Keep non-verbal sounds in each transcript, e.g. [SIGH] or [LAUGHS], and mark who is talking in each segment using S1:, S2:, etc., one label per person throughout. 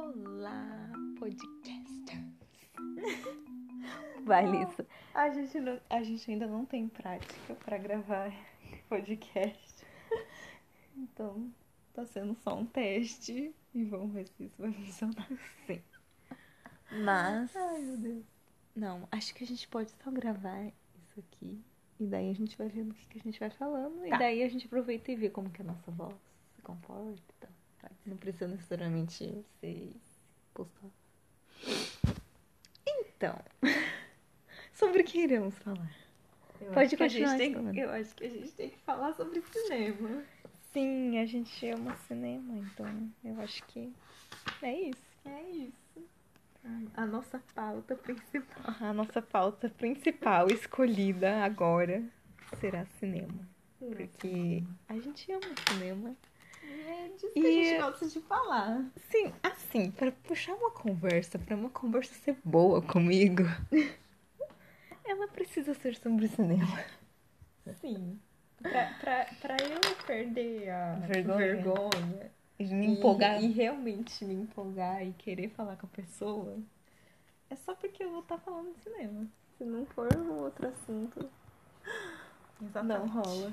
S1: Olá, podcasters. Vai, Lisa.
S2: A gente, não- a gente ainda não tem prática pra gravar podcast. Então, tá sendo só um teste. E vamos ver se isso vai funcionar. assim.
S1: Mas,
S2: Ai, meu Deus.
S1: não, acho que a gente pode só gravar isso aqui. E daí a gente vai vendo o que que a gente vai falando. E
S2: Tá.
S1: daí a gente aproveita e vê como que a nossa voz se comporta. e tal. Não precisa necessariamente ser postar. Então, [LAUGHS] sobre o que iremos falar?
S2: Eu
S1: Pode
S2: acho que a gente
S1: continuar
S2: tem-
S1: falando.
S2: Eu acho que a gente tem que falar sobre cinema.
S1: Sim, a gente ama cinema, então eu acho que é isso.
S2: É isso. A nossa pauta principal.
S1: A nossa pauta principal escolhida agora será cinema. Porque a gente ama cinema.
S2: É disso
S1: E-
S2: que a gente gosta de falar.
S1: Sim, assim, pra puxar uma conversa, pra uma conversa ser boa
S2: [LAUGHS]
S1: comigo, ela precisa ser sobre cinema.
S2: Sim. Pra, pra, pra eu perder a
S1: Vergonha.
S2: vergonha
S1: E me empolgar.
S2: E, e realmente me empolgar e querer falar com a pessoa é só porque eu vou estar falando de cinema. Se não for um outro assunto, não rola.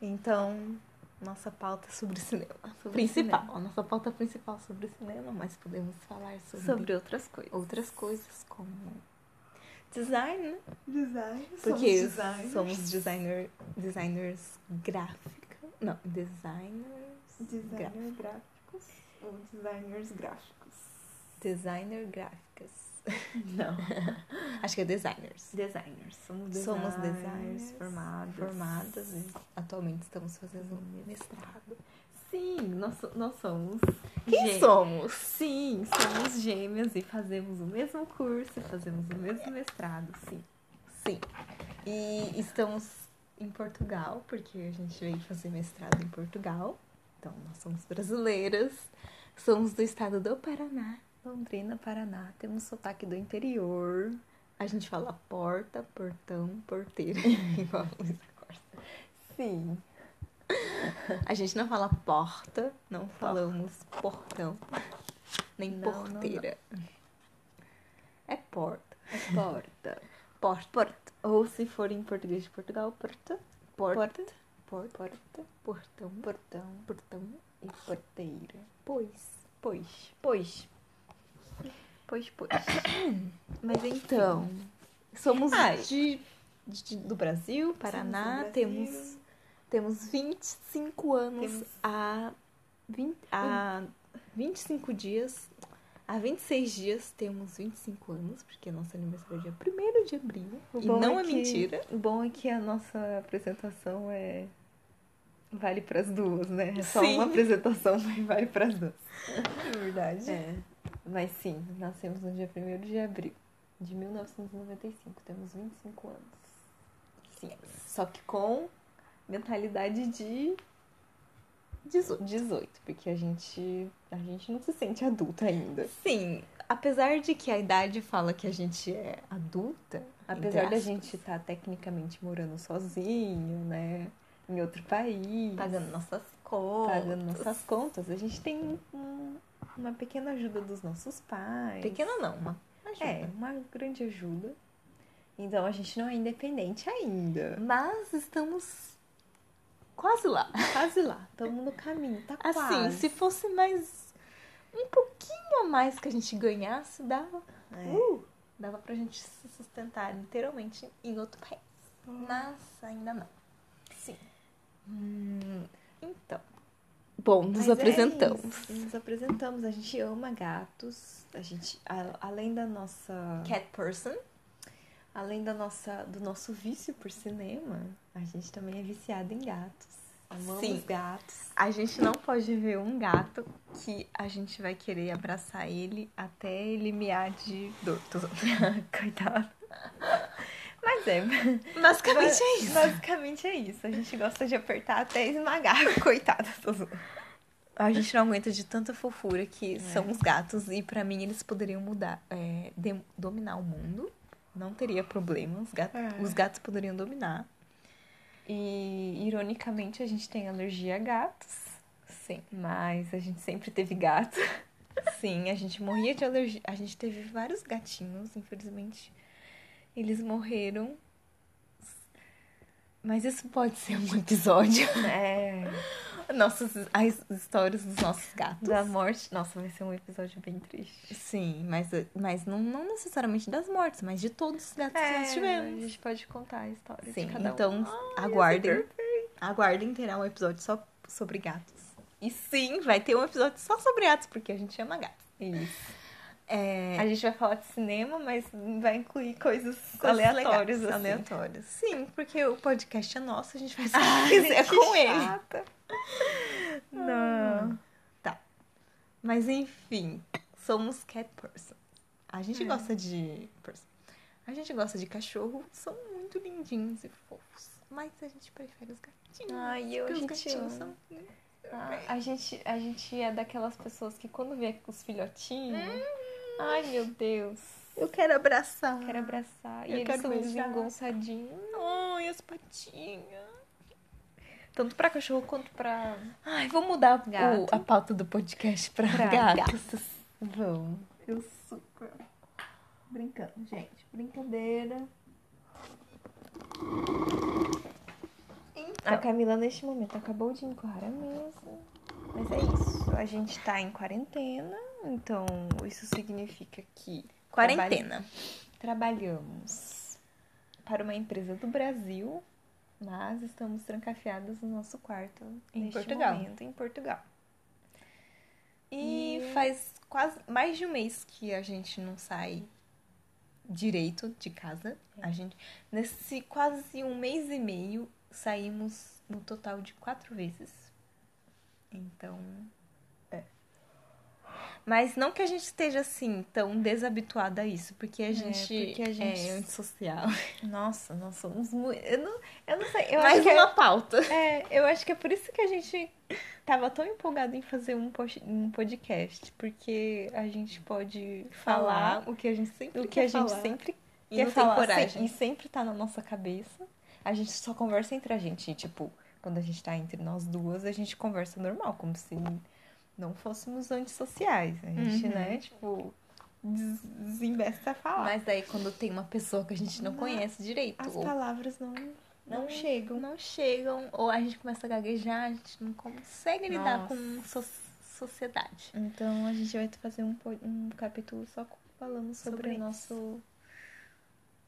S1: Então, nossa pauta é sobre cinema.
S2: Sobre
S1: principal.
S2: cinema.
S1: A nossa pauta principal é sobre cinema, mas podemos falar sobre,
S2: Sobre outras coisas.
S1: outras coisas como design, né?
S2: Design.
S1: Porque somos designer, designers gráficos. Não, designers. gra-
S2: designers gráficos ou designers gráficos.
S1: designer gráficas.
S2: [LAUGHS] Não.
S1: [LAUGHS] Acho que é designers.
S2: Designers. Somos
S1: Somos designers
S2: formados.
S1: Formadas e atualmente estamos fazendo um mestrado.
S2: Sim, nós, so- nós somos.
S1: Quem
S2: gêmeos.
S1: somos?
S2: Sim, somos gêmeas e fazemos o mesmo curso, e fazemos o mesmo mestrado, sim.
S1: Sim. E estamos em Portugal, porque a gente veio fazer mestrado em Portugal. Então, nós somos brasileiras, somos do estado do Paraná, Londrina, Paraná. Temos um sotaque do interior. A gente fala porta, portão, porteira, [LAUGHS] igual a Luísa Costa.
S2: Sim.
S1: A gente não fala porta, não falamos portão, nem
S2: Não, não, não.
S1: porteira. É porta.
S2: Porta.
S1: Porta. Porta.
S2: Ou se for em português de Portugal, porta.
S1: Porta.
S2: Porta. Porta.
S1: Portão.
S2: Portão
S1: Portão.
S2: e porteira.
S1: Pois.
S2: Pois. Pois. Pois,
S1: [COUGHS]
S2: pois. Mas
S1: Então, somos
S2: Ai.
S1: de, de- do Brasil, Paraná, temos, temos 25 anos
S2: Temos-
S1: a, 20, a 25 dias, a 26 dias temos 25 anos, porque nosso aniversário é dia 1 de abril,
S2: O
S1: e
S2: bom
S1: não
S2: é
S1: é,
S2: que-
S1: mentira.
S2: O bom é que a nossa apresentação é. Vale pras duas, né? É só
S1: Sim.
S2: uma apresentação, [LAUGHS] mas vale pras duas. É verdade.
S1: É.
S2: Mas sim, nascemos no dia 1 de abril de 1995. Temos 25 anos. Sim. Só que com mentalidade de
S1: 18.
S2: 18, porque a gente, a gente não se sente adulta ainda.
S1: Sim, apesar de que a idade fala que a gente é adulta,
S2: Apesar
S1: entre
S2: da
S1: aspas,
S2: gente estar tecnicamente morando sozinho, né? Em outro país,
S1: pagando nossas contas,
S2: pagando nossas contas, a gente tem um- uma pequena ajuda dos nossos pais.
S1: pequena não, uma
S2: É, uma grande ajuda. Então a gente não é independente ainda.
S1: Mas estamos quase lá.
S2: [LAUGHS] Quase lá. Estamos no caminho, tá
S1: Assim,
S2: quase.
S1: se fosse mais um pouquinho a mais que a gente ganhasse, dava,
S2: É.
S1: dava pra gente se sustentar inteiramente em outro país. Mas ainda não.
S2: Sim.
S1: Hum, então. Bom, nos
S2: Mas é
S1: apresentamos.
S2: isso. nos apresentamos. A gente ama gatos. A gente, a- além da nossa,
S1: Cat person.
S2: além da nossa, do nosso vício por cinema, a gente também é viciada em gatos. Amamos
S1: Sim.
S2: gatos.
S1: A gente não pode ver um gato que a gente vai querer abraçar ele até ele miar de dor. Tô
S2: [LAUGHS]
S1: zoando.
S2: Coitado. Mas é,
S1: Basicamente é isso.
S2: basicamente é isso. A gente gosta de apertar até esmagar. [LAUGHS] Coitado, tô zoando.
S1: A gente não aguenta de tanta fofura que são os gatos e pra mim eles poderiam mudar, é, de- dominar o mundo. Não teria problema, os, gato-
S2: É.
S1: os gatos poderiam dominar.
S2: E ironicamente a gente tem alergia a gatos,
S1: Sim.
S2: mas a gente sempre teve gato. [LAUGHS]
S1: Sim, a gente morria de alergia. A gente teve vários gatinhos, infelizmente. Eles morreram. Mas isso pode ser um episódio. [LAUGHS]
S2: É.
S1: Nossas, as histórias dos nossos gatos.
S2: Da morte. Nossa, vai ser um episódio bem triste.
S1: Sim, mas, mas não, não necessariamente das mortes, mas de todos os gatos que nós
S2: É, A
S1: tivemos.
S2: gente pode contar a história
S1: Sim,
S2: de cada um.
S1: então
S2: Ai, ia
S1: aguardem.
S2: ser
S1: Aguardem, terá um episódio só sobre gatos. E sim, vai ter um episódio só sobre gatos, porque a gente ama gatos.
S2: Isso.
S1: É,
S2: A gente vai falar de cinema, mas vai incluir coisas,
S1: coisas
S2: aleatórias.
S1: legais,
S2: assim.
S1: aleatórias. Sim, porque o podcast é nosso, a gente faz o
S2: Ai,
S1: que quiser
S2: que
S1: com ele.
S2: chata. Não.
S1: Mas enfim, somos cat person. A gente
S2: É.
S1: gosta de. person. A gente gosta de cachorro, são muito lindinhos e fofos. Mas a gente prefere os gatinhos.
S2: Ai, eu
S1: porque os
S2: te amo.
S1: gatinhos são.
S2: Ah, a, gente, a gente é daquelas pessoas que quando vê os filhotinhos. Ai, meu Deus.
S1: Eu quero abraçar.
S2: Ah, Quero abraçar. E
S1: Eu
S2: eles
S1: quero
S2: são
S1: beijar.
S2: desengonçadinhos.
S1: Ai, as patinhas.
S2: Tanto pra cachorro quanto pra.
S1: Ai, vou mudar o-
S2: Gato.
S1: a pauta do podcast pra,
S2: Pra
S1: gatos.
S2: Vão.
S1: Eu super. Brincando, gente. Brincadeira.
S2: A Camila, neste momento, acabou de empurrar a mesa. Mas é isso. A gente tá em quarentena. Então, isso significa que.
S1: Quarentena.
S2: Trabalhamos para uma empresa do Brasil, mas estamos trancafiadas no nosso quarto
S1: Em
S2: neste
S1: Portugal.
S2: momento, em Portugal.
S1: E
S2: E-
S1: faz quase mais de um mês que a gente não sai direito de casa.
S2: É.
S1: A gente nesse quase um mês e meio saímos no total de quatro vezes. Então, é. Mas não que a gente esteja assim tão desabituada a isso, porque a gente
S2: É, porque a gente-
S1: é [LAUGHS] antissocial.
S2: Nossa, nós somos muito. Eu não, eu não sei. Eu acho,
S1: Mais
S2: que é,
S1: uma pauta.
S2: é, eu acho que é por isso que a gente tava tão empolgado em fazer um, post, um podcast, porque a gente pode falar,
S1: o que a gente sempre
S2: o que
S1: quer
S2: a gente
S1: falar.
S2: sempre
S1: E
S2: quer
S1: não tem
S2: falar se-
S1: coragem.
S2: e sempre tá na nossa cabeça. A gente só conversa entre a gente, e, tipo, quando a gente tá entre nós duas, a gente conversa normal, como se não fôssemos antissociais. A gente,
S1: Uhum.
S2: né, tipo, des- desembesta a falar.
S1: Mas daí quando tem uma pessoa que a gente não
S2: Não.
S1: conhece direito,
S2: Ah, As
S1: ou
S2: palavras não, não,
S1: Não-
S2: chegam.
S1: não chegam, ou a gente começa a gaguejar, a gente não consegue lidar
S2: Nossa.
S1: com so- sociedade.
S2: Então a gente vai fazer um, po- um capítulo só co- falando sobre,
S1: Sobre É
S2: o nosso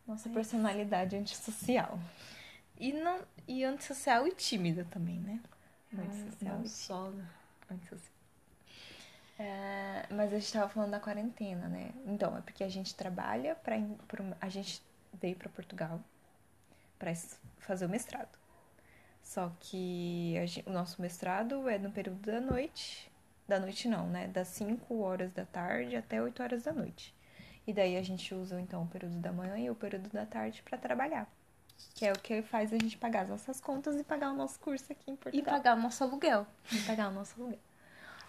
S2: nossa personalidade antissocial.
S1: E não e antissocial e tímida também, né?
S2: Não,
S1: Antissocial
S2: não
S1: e só antissocial.
S2: É, mas a gente tava falando da quarentena, né? Então, é porque a gente trabalha para a gente veio para Portugal para fazer o mestrado. Só que a gen- o nosso mestrado é no período da noite, da noite não, né? Das 5 horas da tarde até 8 horas da noite. E daí a gente usa então o período da manhã e o período da tarde para trabalhar, que é o que faz a gente pagar as nossas contas e pagar o nosso curso aqui em
S1: E
S2: Portugal
S1: pagar o nosso aluguel.
S2: e pagar o nosso aluguel.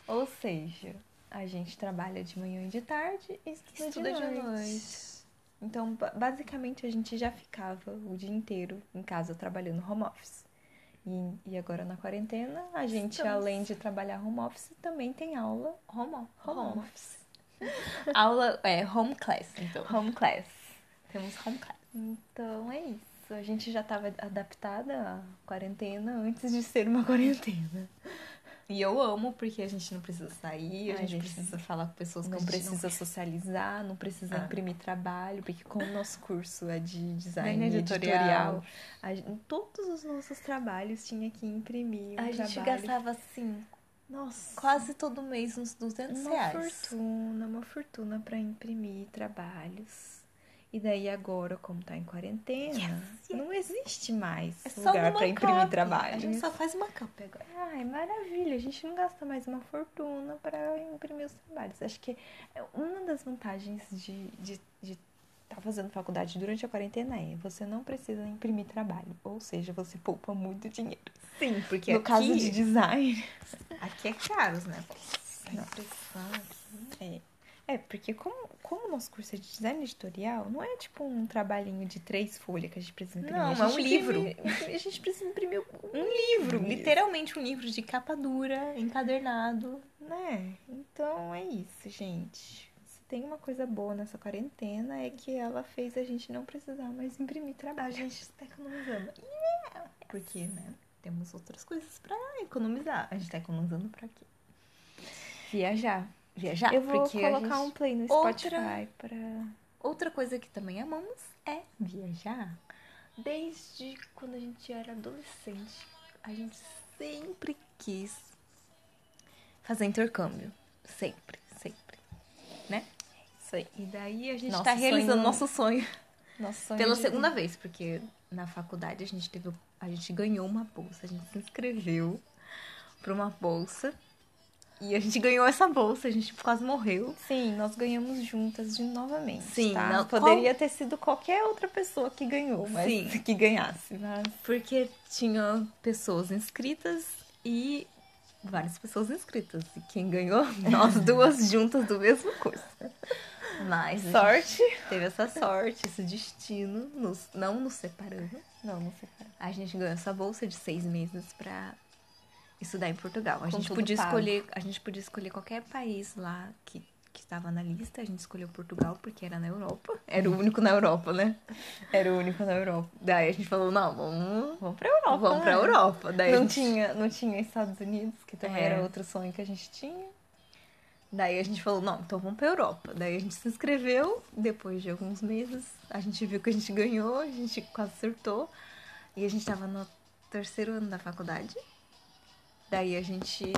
S2: Ou seja, a gente trabalha de manhã e de tarde e estuda,
S1: Estuda
S2: de,
S1: de
S2: noite.
S1: noite.
S2: Então, ba- basicamente, a gente já ficava o dia inteiro em casa trabalhando home office. E, e agora na quarentena, a gente,
S1: Estamos.
S2: além de trabalhar home office, também tem aula
S1: Home, home,
S2: home [LAUGHS]
S1: office. Aula é home class, então.
S2: home class.
S1: Temos home class.
S2: Então é isso. A gente já estava adaptada à quarentena antes de ser uma [LAUGHS] quarentena.
S1: E eu amo porque a gente não precisa sair, a,
S2: A
S1: gente,
S2: gente
S1: precisa falar com pessoas que
S2: Não
S1: a gente
S2: precisa socializar, não precisa
S1: Ah.
S2: imprimir trabalho, porque como o nosso curso é de design
S1: Design
S2: e
S1: editorial.
S2: editorial, a gen- todos os nossos trabalhos tinha que imprimir um
S1: A gente
S2: trabalho.
S1: gastava assim,
S2: Nossa,
S1: quase todo mês uns 200
S2: uma
S1: reais.
S2: fortuna, uma fortuna para imprimir trabalhos. E daí agora, como tá em quarentena, não existe mais
S1: É só
S2: lugar
S1: numa
S2: para imprimir
S1: cup.
S2: trabalho.
S1: A gente só faz uma cup agora.
S2: Ai, maravilha. A gente não gasta mais uma fortuna para imprimir os trabalhos. Acho que é uma das vantagens de estar de, de tá fazendo faculdade durante a quarentena é você não precisa imprimir trabalho. Ou seja, você poupa muito dinheiro. é
S1: Sim, porque
S2: no
S1: aqui,
S2: caso de design. né?
S1: aqui é caro os negócios. A
S2: Não.
S1: impressão aqui.
S2: É. É, porque como, como o nosso curso é de design editorial, não é tipo um trabalhinho de três folhas que a gente precisa imprimir.
S1: Não,
S2: a
S1: é
S2: gente
S1: um livro.
S2: imprimir- a gente precisa imprimir um
S1: Livro,
S2: Isso.
S1: literalmente um livro de capa dura, encadernado.
S2: Né? Então é isso, gente. Se tem uma coisa boa nessa quarentena é que ela fez a gente não precisar mais imprimir Tá,
S1: A
S2: trabalho.
S1: gente está economizando. Porque, né? Temos outras coisas pra economizar. A gente tá economizando pra quê?
S2: Viajar.
S1: Viajar.
S2: Eu vou
S1: Tá, porque a
S2: colocar
S1: gente-
S2: um play no
S1: Outra-
S2: Spotify pra.
S1: Outra coisa que também amamos é viajar. Desde quando a gente era adolescente, a gente sempre quis fazer intercâmbio. Sempre, sempre. Né?
S2: Isso aí.
S1: E daí a gente
S2: Nosso
S1: tá realizando
S2: sonho-
S1: nosso sonho
S2: Nosso sonho
S1: pela
S2: de-
S1: segunda vez, porque na faculdade a gente teve, a gente ganhou uma bolsa, a gente se inscreveu pra uma bolsa e a gente ganhou essa bolsa, a gente quase morreu.
S2: Sim, nós ganhamos juntas de novamente.
S1: Sim,
S2: tá?
S1: não-
S2: poderia ter sido qualquer outra pessoa que ganhou, mas
S1: Sim.
S2: que ganhasse, mas
S1: Porque tinha pessoas inscritas e várias pessoas inscritas. E quem ganhou? Nós duas juntas do mesmo curso. Mas a gente
S2: sorte.
S1: teve essa sorte, esse destino, nos- não nos separando.
S2: Não, não sei. cara.
S1: A gente ganhou essa bolsa de seis meses pra estudar em Portugal. A
S2: Com
S1: gente
S2: tudo
S1: podia
S2: pago.
S1: escolher, a gente podia escolher qualquer país lá que que estava na lista. A gente escolheu Portugal porque era na Europa. Era
S2: Uhum.
S1: o único na Europa, né?
S2: Era o único na Europa.
S1: Daí a gente falou, não, vamos,
S2: Vamos pra Europa.
S1: vamos pra
S2: né?
S1: Europa. Daí a
S2: Não
S1: gente-
S2: tinha, não tinha Estados Unidos, que também
S1: É.
S2: era outro sonho que a gente tinha.
S1: Daí a gente falou, não, então vamos pra Europa. Daí a gente se inscreveu, depois de alguns meses, a gente viu que a gente ganhou, a gente quase acertou. E a gente tava no terceiro ano da faculdade. Daí a gente.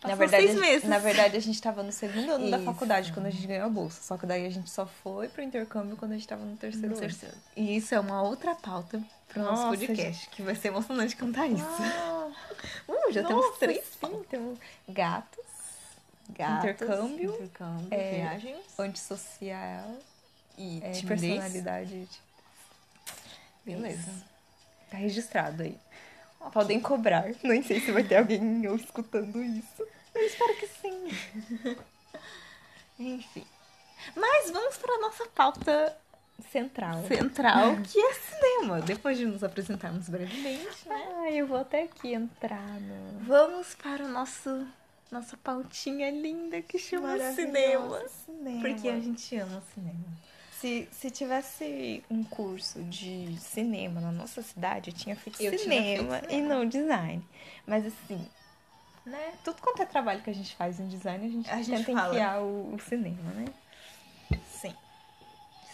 S2: na
S1: passou
S2: verdade,
S1: seis
S2: a-
S1: meses.
S2: na verdade a gente tava no segundo ano da
S1: Isso.
S2: faculdade quando a gente ganhou a bolsa, só que daí a gente só foi pro intercâmbio quando a gente tava no terceiro
S1: No
S2: ano.
S1: terceiro. E isso é uma outra pauta pro nosso
S2: Nossa,
S1: podcast, que vai ser emocionante contar isso.
S2: Ah, [LAUGHS]
S1: Uh, já temos
S2: nossa,
S1: três
S2: sim, temos gatos,
S1: gatos.
S2: Intercâmbio.
S1: intercâmbio
S2: É,
S1: viagens.
S2: antissocial,
S1: E
S2: é,
S1: timidez.
S2: personalidade. tipo,
S1: Beleza.
S2: isso. Tá registrado aí.
S1: Ok.
S2: Podem cobrar. Nem sei se vai ter alguém eu escutando isso. Eu espero que sim.
S1: Enfim. Mas vamos pra nossa pauta
S2: Central.
S1: central, que é cinema. Depois de nos apresentarmos brevemente, né?
S2: Ai, eu vou até aqui entrar no.
S1: Vamos para o nosso nossa pautinha linda que chama cinema.
S2: Cinema.
S1: Porque a gente ama cinema.
S2: se, se tivesse um curso de cinema na nossa cidade, eu tinha feito
S1: Eu tinha
S2: cinema
S1: feito
S2: e
S1: cinema.
S2: não design. Mas assim,
S1: Né?
S2: tudo quanto é trabalho que a gente faz em design, a gente,
S1: A gente
S2: tenta
S1: fala.
S2: enfiar o, o cinema, né?
S1: Sim.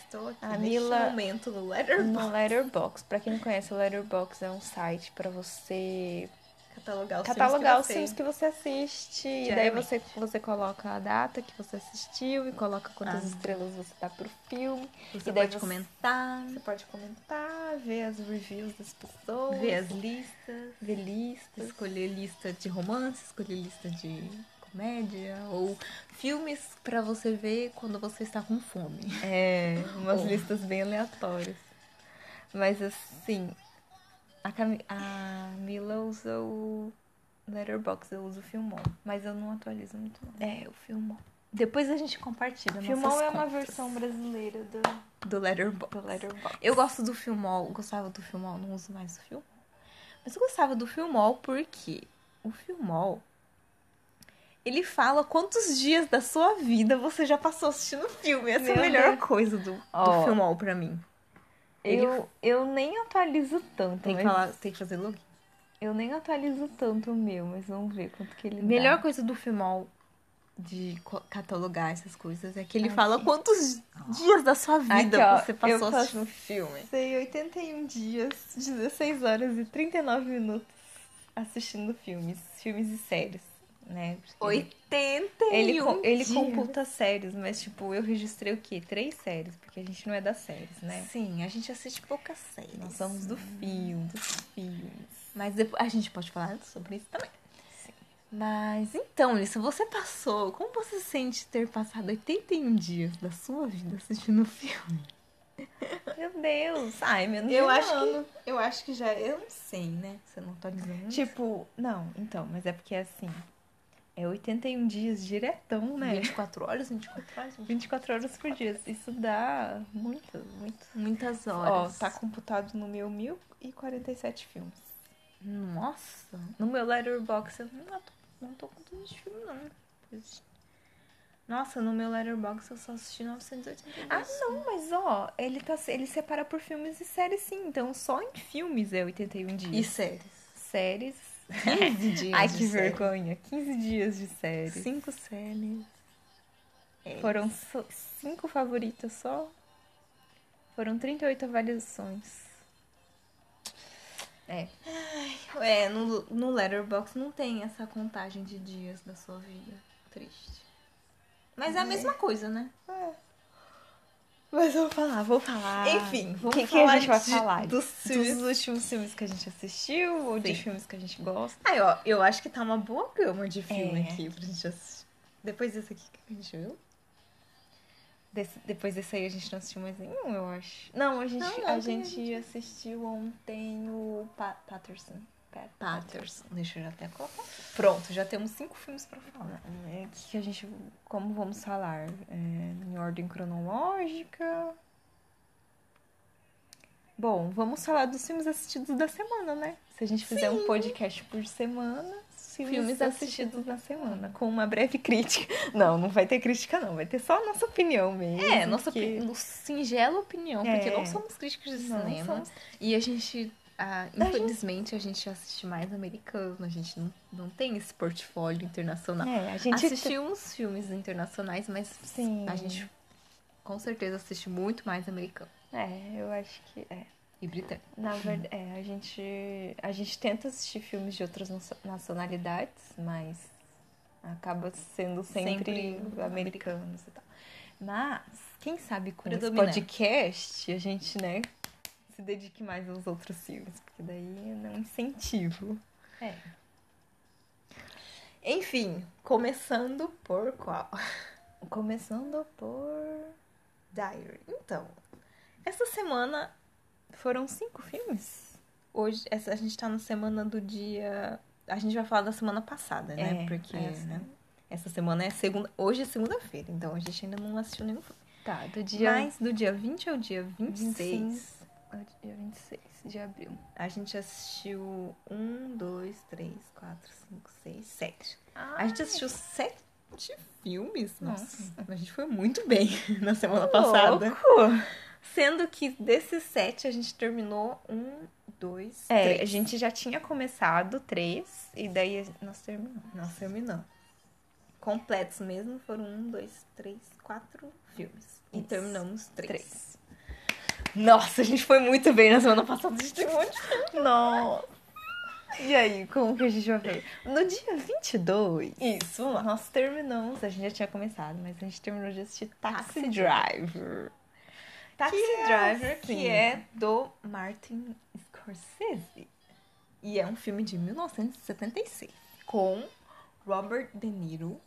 S1: Estou aqui
S2: A
S1: neste
S2: Mila-
S1: momento no Letterboxd
S2: No Letterboxd, pra quem não conhece, o Letterboxd é um site pra você
S1: catalogar os
S2: catalogar os
S1: filmes
S2: filmes
S1: que
S2: que você assiste. E daí
S1: Diariamente.
S2: você, você coloca a data que você assistiu e coloca quantas
S1: Ah.
S2: estrelas você dá pro filme.
S1: você, você
S2: e daí
S1: pode
S2: você-
S1: comentar,
S2: Você pode comentar, ver as reviews das pessoas,
S1: ver as listas,
S2: ver listas.
S1: escolher lista de romance, escolher lista de comédia ou filmes pra você ver quando você está com fome.
S2: É, umas
S1: Oh.
S2: listas bem aleatórias. Mas assim, a, Cami a Mila usa o Letterboxd, eu uso o Filmon, mas eu não atualizo muito. não.
S1: É, o filmão. Depois a gente compartilha.
S2: O
S1: nossas
S2: Filmon é uma
S1: contas
S2: versão brasileira do,
S1: do Letterboxd.
S2: do Letterboxd.
S1: Eu gosto do Filmol, gostava do Filmol, não uso mais o Filmol. Mas eu gostava do Filmol porque o Filmol ele fala quantos dias da sua vida você já passou assistindo filme. Essa é a
S2: Meu
S1: melhor
S2: Deus.
S1: coisa do, do
S2: Ó,
S1: Filmol pra mim. Ele
S2: Eu, eu nem atualizo tanto,
S1: tem, que
S2: mas
S1: falar, tem que fazer login.
S2: eu nem atualizo tanto o meu, mas vamos ver quanto que ele dá.
S1: Melhor coisa do Filmol de co- catalogar essas coisas é que ele
S2: Aqui.
S1: fala quantos dias da sua vida
S2: Aqui, ó,
S1: você
S2: eu
S1: passou
S2: faço-
S1: assistindo um filme.
S2: Passei 81 dias, 16 horas e 39 minutos assistindo filmes, filmes e séries, né? Ele-
S1: 81
S2: Ele, com- ele
S1: dias.
S2: computa séries, mas tipo, eu registrei o quê? Três séries, porque a gente não é das séries, né?
S1: Sim, a gente assiste poucas séries.
S2: Nós somos do filme, dos filmes.
S1: Mas depois, a gente pode falar sobre isso também. Mas então, Lissa, você passou. Como você sente ter passado 81 dias da sua vida assistindo filme?
S2: Meu Deus! Ai, menos
S1: Eu
S2: de um
S1: acho que-
S2: ano.
S1: Eu né? acho tá que já. Eu não sei, né? Você não atualizou muito.
S2: Tipo, não, então, mas é porque assim. É 81 dias diretão, né?
S1: 24 horas, 24 horas? 20...
S2: 24 horas por dia. Isso dá muito, muito.
S1: Muitas
S2: Ó,
S1: horas.
S2: tá computado no meu 1047 filmes.
S1: Nossa.
S2: No meu Letterboxd, eu não tô, não tô com todos os filmes, não. Pois- Nossa, no meu Letterboxd eu só assisti 982. Ah, não, mas ó, ele, tá, ele separa por filmes e séries sim. Então só em filmes é 81 dias.
S1: E séries? [LAUGHS]
S2: Séries.
S1: 15 dias.
S2: [LAUGHS] Ai,
S1: de
S2: que
S1: série.
S2: vergonha. 15 dias de séries.
S1: Cinco séries. É.
S2: Foram so- cinco favoritas só. Foram 38 avaliações. É.
S1: É, no, no Letterboxd não tem essa contagem de dias da sua vida. Triste. Mas é a mesma coisa, né?
S2: É. Mas eu vou falar, vou falar.
S1: Enfim, vamos
S2: O que, que
S1: falar
S2: a gente vai
S1: de-
S2: falar?
S1: dos filmes.
S2: últimos filmes que a gente assistiu ou de
S1: Sim.
S2: filmes que a gente gosta?
S1: Aí, ó, eu acho que tá uma boa gama de filme
S2: É.
S1: aqui pra gente assistir. Depois desse aqui que a gente viu.
S2: Desse- depois desse aí a gente não assistiu mais nenhum, eu acho. Não, a gente,
S1: Não, ontem
S2: a
S1: a
S2: gente, assistiu ontem o Pa- Patterson. Pat-
S1: Patterson. Deixa eu já até colocar. Pronto, já temos cinco filmes pra falar.
S2: É, que que a gente, como vamos falar? É, em ordem cronológica? Bom, vamos falar dos filmes assistidos da semana, né? Se a gente fizer um podcast por semana, os filmes,
S1: Filmes
S2: assistidos, na semana, com uma breve crítica. Não, não vai ter crítica, não, vai ter só a nossa opinião mesmo.
S1: É, nossa
S2: porque
S1: opi- no- singela opinião,
S2: É.
S1: porque não somos críticos de
S2: não
S1: cinema.
S2: somos-
S1: E a gente, ah, infelizmente, a gente assiste mais americano, a gente não, não tem esse portfólio internacional.
S2: É, a gente
S1: Assistiu uns filmes internacionais, mas
S2: Sim.
S1: a gente com certeza assiste muito mais americano
S2: É, eu acho que é.
S1: e britânico.
S2: Na verdade, é, a gente, a gente tenta assistir filmes de outras nacio- nacionalidades, mas acaba sendo sempre,
S1: Sempre
S2: americanos e tal. Mas, quem sabe com esse
S1: Predominante.
S2: podcast a gente, né, se dedique mais aos outros filmes, porque daí é um incentivo.
S1: É. Enfim, começando por qual?
S2: Começando por...
S1: Diary. Então, essa semana
S2: Foram cinco filmes?
S1: Hoje, essa, a gente tá na semana do dia. A gente vai falar da semana passada, né?
S2: É,
S1: Porque
S2: essa.
S1: né? essa semana é segunda. Hoje é segunda-feira, então a gente ainda não assistiu nenhum filme.
S2: Tá, do
S1: Mas do dia 20 ao dia 26,
S2: 26. Ah, Dia 26 de abril.
S1: a gente assistiu 1, 2, 3, 4, 5, 6, 7.
S2: Ah,
S1: A gente assistiu sete filmes? Nossa, a gente foi muito bem [LAUGHS] na semana passada.
S2: Louco.
S1: Sendo que desses sete a gente terminou um, dois,
S2: É,
S1: três.
S2: a gente já tinha começado três e daí nós terminamos.
S1: Nós terminamos. Completos mesmo foram um, dois, três, quatro filmes. E
S2: Isso.
S1: terminamos três.
S2: Três.
S1: Nossa, a gente foi muito bem na semana passada. A gente tem um monte de
S2: Nossa. E aí, como que a gente vai fazer? No dia 22,
S1: Isso, vamos lá.
S2: nós terminamos, a gente já tinha começado, mas a gente terminou de assistir Taxi,
S1: Taxi
S2: Driver.
S1: Taxi
S2: Que é
S1: Driver,
S2: assim.
S1: que é do Martin Scorsese. E é um filme de 1976. Com Robert De Niro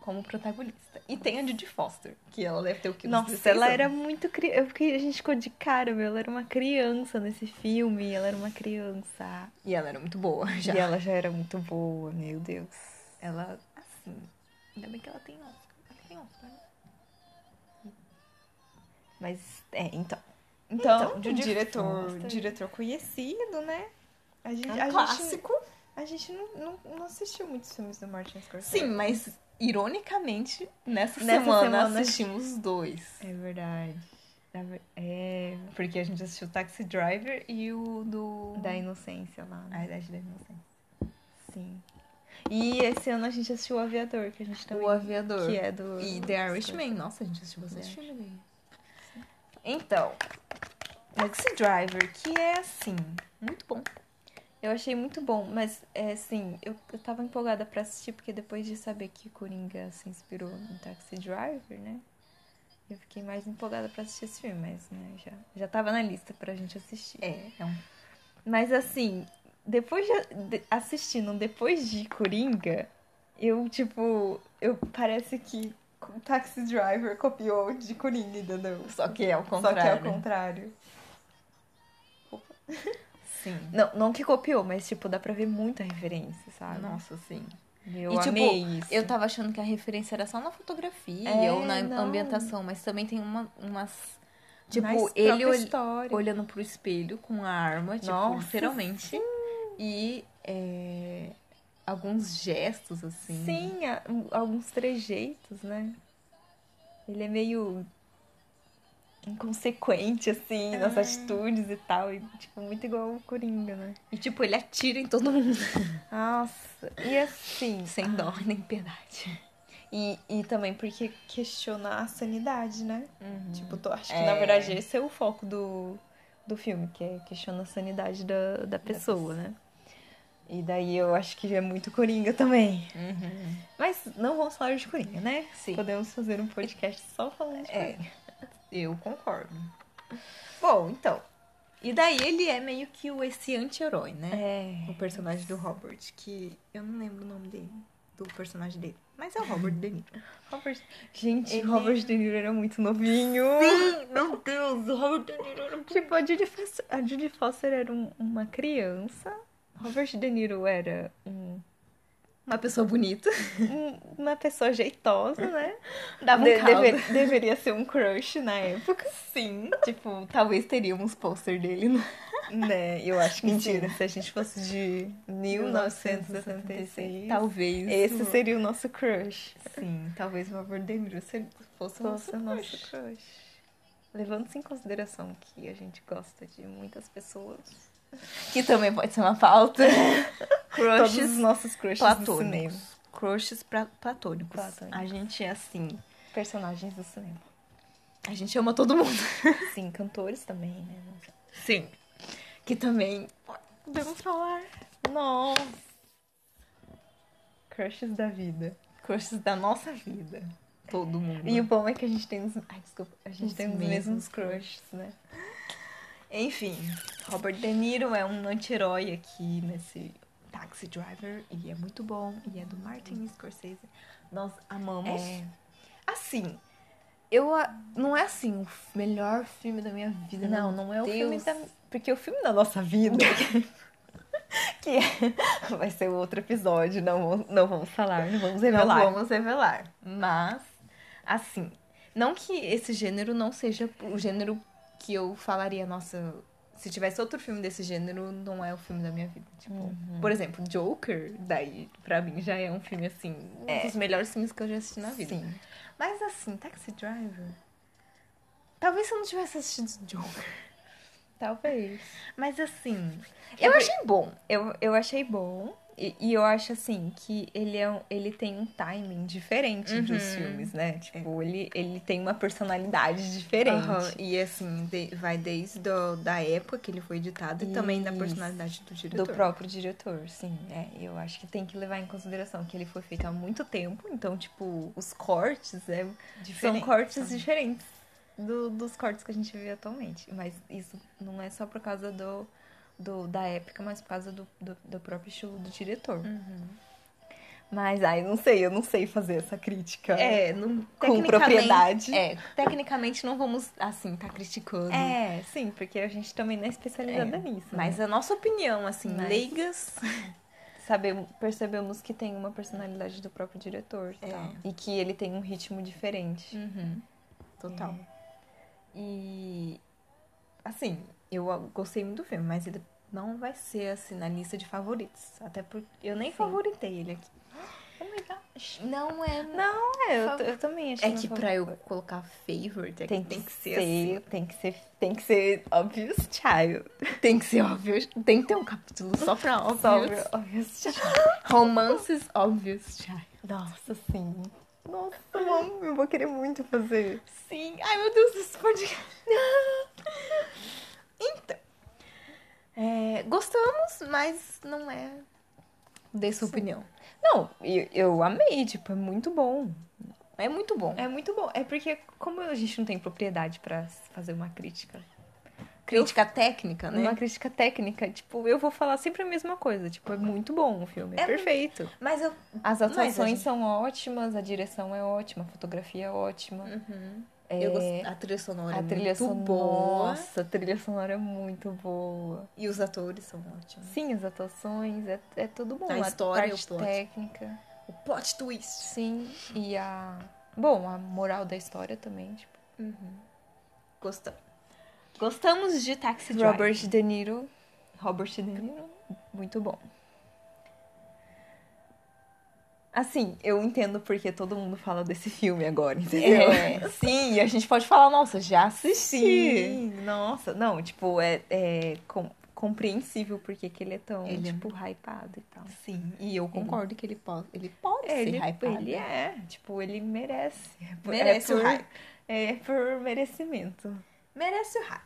S1: como protagonista. E tem a Didi Foster, que ela deve ter o que?
S2: Nossa, ela era muito criança. Eu fiquei, a gente ficou de cara, meu. Ela era uma criança nesse filme. Ela era uma criança.
S1: E ela era muito boa [LAUGHS] já.
S2: E ela já era muito boa, meu Deus.
S1: Ela, assim. Ainda bem que ela tem Oscar. Ela tem Oscar, né?
S2: Mas, é, então.
S1: Então,
S2: de um
S1: o diretor, né?
S2: Foster.
S1: diretor conhecido, né?
S2: A gente,
S1: É um
S2: a gente-
S1: clássico.
S2: a gente não, não, não assistiu muitos filmes do Martin Scorsese.
S1: Sim, mas ironicamente, nessa,
S2: Nessa
S1: semana,
S2: semana-
S1: assistimos dois.
S2: É verdade. Da ver- É.
S1: Porque a gente assistiu Taxi Driver e o do.
S2: Da inocência lá. né?
S1: A Idade Uhum. da Inocência.
S2: Sim. E esse ano a gente assistiu O Aviador, que a gente também.
S1: O Aviador.
S2: Que é do.
S1: E The Irishman. Nossa, a gente assistiu bastante
S2: The
S1: filme dele. Então,
S2: Taxi Driver, que é assim.
S1: muito bom.
S2: Eu achei muito bom, mas é assim, eu, eu tava empolgada pra assistir, porque depois de saber que Coringa se inspirou no Taxi Driver, né? Eu fiquei mais empolgada pra assistir esse filme, mas né, já, já tava na lista pra gente assistir.
S1: É, é um.
S2: Mas assim, depois de, de- assistindo, depois de Coringa, eu tipo, eu parece que o Taxi Driver copiou de Coringa, entendeu?
S1: Só que é o
S2: Só que é o
S1: contrário.
S2: contrário.
S1: Sim.
S2: Não, não que copiou, mas tipo, dá pra ver muita referência, sabe?
S1: Nossa, sim.
S2: Eu
S1: E, tipo,
S2: amei isso.
S1: Eu tava achando que a referência era só na fotografia
S2: É,
S1: ou na
S2: não.
S1: ambientação, mas também tem uma, umas. Tipo,
S2: Mas
S1: ele
S2: própria
S1: ol-
S2: história.
S1: olhando pro espelho com a arma, tipo,
S2: Nossa,
S1: literalmente. E é, alguns gestos, assim.
S2: Sim, a- um- alguns trejeitos, né? Ele é meio inconsequente, assim, nas atitudes e tal. E, tipo, muito igual o Coringa, né?
S1: E, tipo, ele atira em todo mundo.
S2: Nossa, e assim.
S1: Sem dó nem piedade.
S2: E, e também porque questionar a sanidade, né? Tipo, tô, acho que
S1: É.
S2: na verdade esse é o foco do, do filme, que é questionar a sanidade da, da pessoa, né? E daí eu acho que é muito Coringa também. Mas não vamos falar de Coringa, né?
S1: Sim.
S2: Podemos fazer um podcast só falando de
S1: É.
S2: Coringa.
S1: Eu concordo. Bom, então. E daí ele é meio que o esse anti-herói, né?
S2: É.
S1: O personagem do Robert, que eu não lembro o nome dele, do personagem dele. Mas é o Robert De Niro.
S2: Robert... Gente,
S1: Ele-
S2: o Robert De Niro era muito novinho.
S1: [LAUGHS] Meu Deus, o Robert De Niro era
S2: Tipo, a Judy Foster, a Judy Foster era um- uma criança. Robert De Niro era um
S1: uma pessoa bonita.
S2: um- uma pessoa jeitosa, né?
S1: Dava um
S2: De-
S1: caldo.
S2: deve- deveria ser um crush na época,
S1: Sim. Tipo, talvez teríamos pôster dele. né?
S2: né? Eu acho que
S1: Mentira.
S2: Mentira. se a gente fosse de 1976,
S1: Talvez.
S2: esse seria o nosso crush.
S1: Sim, talvez o Robert De Niro se- fosse o
S2: Fosse
S1: nosso
S2: o
S1: crush.
S2: nosso crush. Levando-se em consideração que a gente gosta de muitas pessoas.
S1: Que também pode ser uma [LAUGHS] falta.
S2: Todos os nossos crushes do cinema.
S1: platônicos. Crushes pra- platônicos.
S2: Platônicos.
S1: A gente é assim.
S2: Personagens do cinema.
S1: A gente ama todo mundo.
S2: Sim, cantores também, né?
S1: Sim. Que também podemos falar.
S2: Nossa! Crushes da vida.
S1: Crushes da nossa vida. Todo mundo.
S2: E o bom é que a gente tem os. Ai, desculpa. A gente
S1: Os
S2: tem os
S1: mesmos
S2: mesmos crushes, né?
S1: Enfim, Robert De Niro é um anti-herói aqui nesse Taxi Driver. E é muito bom. E é do Martin Scorsese. Nós amamos.
S2: É.
S1: Assim, eu... a- Não é assim o melhor filme da minha vida.
S2: Não, não é o filme
S1: Deus.
S2: da. Porque o filme da nossa
S1: [LAUGHS]
S2: vida. que é... vai ser outro episódio, não, vamos- não vamos falar, não vamos
S1: Não
S2: revelar.
S1: vamos revelar. Mas, assim, não que esse gênero não seja o gênero que eu falaria, nossa, se tivesse outro filme desse gênero, não é o filme da minha vida. Tipo, por exemplo, Joker, daí, pra mim, já é um filme, assim, um dos melhores filmes que eu já assisti na vida.
S2: Sim.
S1: Mas, assim, Taxi Driver. Talvez se eu não tivesse assistido Joker.
S2: Talvez.
S1: Mas, assim,
S2: Eu
S1: eu achei bom.
S2: Eu, eu achei bom. E, e eu acho assim que ele, é um- ele tem um timing diferente dos
S1: Uhum.
S2: filmes,
S1: É.
S2: né? Tipo, ele, ele tem uma personalidade diferente.
S1: Aham, E assim, de- vai desde do, da época que ele foi editado e também da
S2: Isso.
S1: personalidade do
S2: Do
S1: diretor.
S2: próprio diretor, sim. É, eu acho que tem que levar em consideração que ele foi feito há muito tempo, então, tipo, os cortes é, são
S1: Diferente,
S2: cortes
S1: sabe?
S2: diferentes do- dos cortes que a gente vê atualmente. Mas isso não é só por causa do, do- da época, mas por causa do, do- do próprio estilo do diretor. Mas, ai, não sei, eu não sei fazer essa crítica.
S1: É, não,
S2: Com
S1: tecnicamente-
S2: propriedade.
S1: É, tecnicamente não vamos, assim, tá criticando.
S2: É, sim, porque a gente também não é especializada
S1: É,
S2: nisso. né?
S1: Mas a nossa opinião, assim,
S2: Mas-
S1: leigas.
S2: sabemos, percebemos que tem uma personalidade do próprio diretor e
S1: É.
S2: tal. e que ele tem um ritmo diferente.
S1: Total. Uhum. É. E. Assim, eu gostei muito do filme, mas ele não vai ser, assim, na lista de favoritos. Até porque eu nem
S2: Sim.
S1: favoritei ele aqui.
S2: Oh
S1: Não é.
S2: Hum. Não, é, eu, t- eu também acho
S1: É que
S2: não
S1: pra eu
S2: vou-
S1: colocar favorite, é
S2: tem
S1: que
S2: que,
S1: tem que ser, assim.
S2: ser, tem que ser, tem que ser obvious child.
S1: Tem que ser óbvio. Tem que ter um capítulo só pra óbvios.
S2: Sobre obvious child.
S1: Romances óbvios, já.
S2: Nossa, sim. Nossa, eu amo, eu vou querer muito fazer.
S1: Sim. Ai, meu Deus, esse podcast. [LAUGHS] então. É, gostamos, mas não é. Dê sua opinião.
S2: Não, eu, eu amei, tipo, é muito bom.
S1: É muito bom.
S2: É muito bom. É porque como a gente não tem propriedade pra fazer uma crítica
S1: Crítica técnica, né?
S2: Uma crítica técnica, tipo, eu vou falar sempre a mesma coisa. Tipo, é muito bom o filme, é,
S1: É
S2: perfeito.
S1: Mas eu.
S2: As
S1: Mas a
S2: atuações
S1: gente-
S2: são ótimas, a direção é ótima, a fotografia é ótima. É,
S1: Uhum. eu gost- A trilha sonora
S2: A
S1: é
S2: trilha
S1: muito
S2: sonora.
S1: boa.
S2: Nossa, a trilha sonora é muito boa.
S1: E os atores são ótimos.
S2: Sim, as atuações, é, é tudo bom.
S1: A história, o
S2: parte
S1: plot.
S2: técnica. o plot twist.
S1: Sim.
S2: E a. Bom, a moral da história também, tipo.
S1: Gostamos. Gostamos de Taxi Driver.
S2: Robert De Niro,
S1: Robert De Niro.
S2: muito bom. Assim, eu entendo porque todo mundo fala desse filme agora, entendeu? [LAUGHS]
S1: É.
S2: Sim, a gente pode falar, nossa, já assisti.
S1: Sim.
S2: Nossa, não, tipo, é, é com- compreensível porque que ele é tão,
S1: Ele é
S2: tipo, hypado e tal.
S1: Sim. E eu concordo que ele pode, ele pode
S2: Ele,
S1: ser hypado.
S2: ele é, tipo, ele merece. É por-
S1: Merece
S2: é
S1: o
S2: por-
S1: hype.
S2: É por merecimento.
S1: Merece o hype.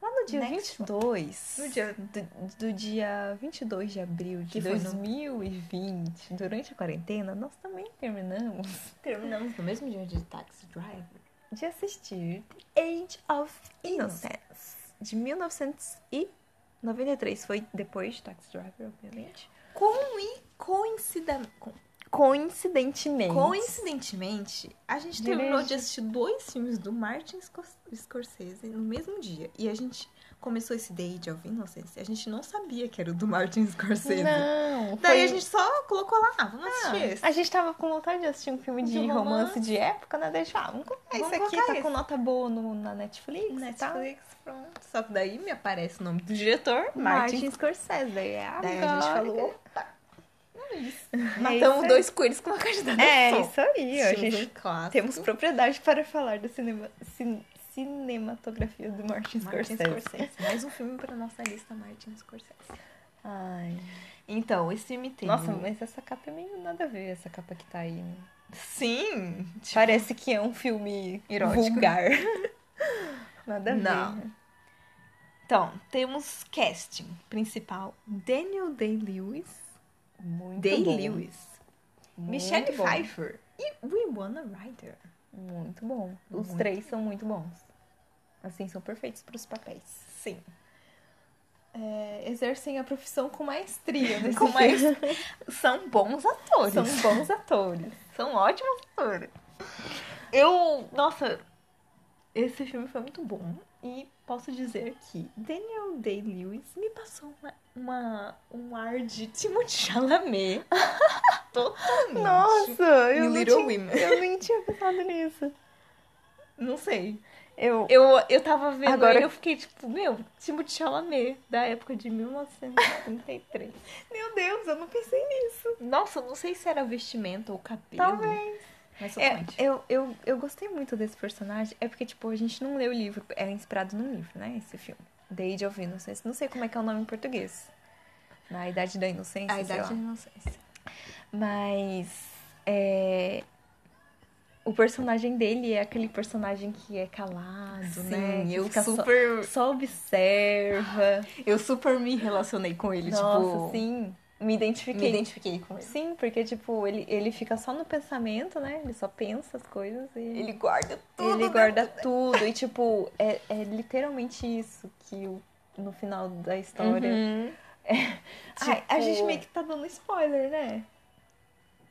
S2: Lá no dia
S1: Next
S2: 22.
S1: No dia-
S2: Do, do dia 22 de abril de
S1: Que foi no-
S2: 2020, durante a quarentena, nós também terminamos
S1: Terminamos no mesmo dia de Taxi Driver.
S2: de assistir The Age of Innocence, de 1993. Foi depois de Taxi Driver, obviamente.
S1: Com e coincida... com-
S2: Coincidentemente.
S1: coincidentemente, a gente
S2: Dirige.
S1: terminou de assistir dois filmes do Martin Scors- Scorsese no mesmo dia. E a gente começou esse The Age of Innocence. A gente não sabia que era o do Martin Scorsese.
S2: Não.
S1: Daí
S2: foi-
S1: a gente só colocou lá, ah, vamos
S2: Ah,
S1: assistir esse.
S2: a gente tava com vontade de assistir um filme de,
S1: De
S2: romance.
S1: romance.
S2: de época, né? Deixa eu falar, vamos colocar
S1: Vamos
S2: esse aqui,
S1: colocar
S2: tá
S1: esse.
S2: com nota boa no, na Netflix, tá? e tal.
S1: pronto. Só que daí me aparece o nome do diretor,
S2: Martin,
S1: Martin.
S2: Scorsese. Daí, é
S1: Daí a
S2: agora.
S1: gente falou, opa, é isso.
S2: É
S1: Matamos
S2: isso
S1: dois coelhos com uma cajadada
S2: É,
S1: só.
S2: isso aí. ó, A
S1: Assistimos
S2: gente
S1: um clássico.
S2: temos propriedade para falar da cinema, cin- cinematografia do Martin
S1: Martin
S2: Scorsese.
S1: Scorsese. Mais um filme pra nossa lista, Martin Scorsese.
S2: Ai.
S1: Então, esse filme tem...
S2: Nossa, mas essa capa é meio nada a ver, essa capa que tá aí. né?
S1: Sim! tipo,
S2: Parece que é um filme
S1: Erótico.
S2: vulgar. nada a ver.
S1: Não.
S2: né?
S1: Então, temos casting principal. Daniel Day-Lewis.
S2: Muito bom.
S1: Day-Lewis.
S2: Muito
S1: Michelle
S2: bom.
S1: Pfeiffer. E Winona Ryder.
S2: Muito bom. Os
S1: Muito.
S2: três são muito bons. Assim, são perfeitos para os papéis.
S1: Sim.
S2: É, exercem a profissão com maestria. Nesse
S1: Com mais...
S2: filme.
S1: [LAUGHS] São bons atores.
S2: São bons atores.
S1: São ótimos atores. Eu... Nossa, esse filme foi muito bom. E posso dizer que Daniel Day-Lewis me passou uma, uma- um ar de Timothée Chalamet. Totalmente.
S2: Nossa,
S1: Em
S2: eu não,
S1: Little
S2: tinha,
S1: Women.
S2: eu nem tinha pensado nisso.
S1: Não sei.
S2: Eu,
S1: Eu, eu tava vendo
S2: Agora-
S1: Agora... eu fiquei tipo, meu, Timothée Chalamet, da época de 1933.
S2: meu Deus, eu não pensei nisso.
S1: Nossa, eu não sei se era vestimenta ou cabelo. né?
S2: Talvez.
S1: Mas
S2: É,
S1: totalmente.
S2: eu, eu, eu gostei muito desse personagem. É porque, tipo, a gente não leu o livro. Era inspirado num livro, né? Esse filme. The Age of Innocence. Não sei como é que é o nome em português. Na Idade da Inocência,
S1: A
S2: sei
S1: idade
S2: lá.
S1: da inocência.
S2: Mas é, o personagem dele é aquele personagem que é calado, né? Que fica só- só,
S1: super.
S2: observa.
S1: Eu super me relacionei com ele,
S2: Nossa,
S1: tipo.
S2: sim. Me
S1: Me
S2: identifiquei.
S1: identifiquei com ele.
S2: Sim, porque tipo, ele, ele fica só no pensamento, né? Ele só pensa as coisas e
S1: Ele guarda tudo.
S2: ele
S1: né?
S2: guarda tudo. E tipo, é, é literalmente isso que o- no final da história.
S1: Uhum.
S2: Ai, a gente
S1: Tipo-
S2: meio que tá dando spoiler, né?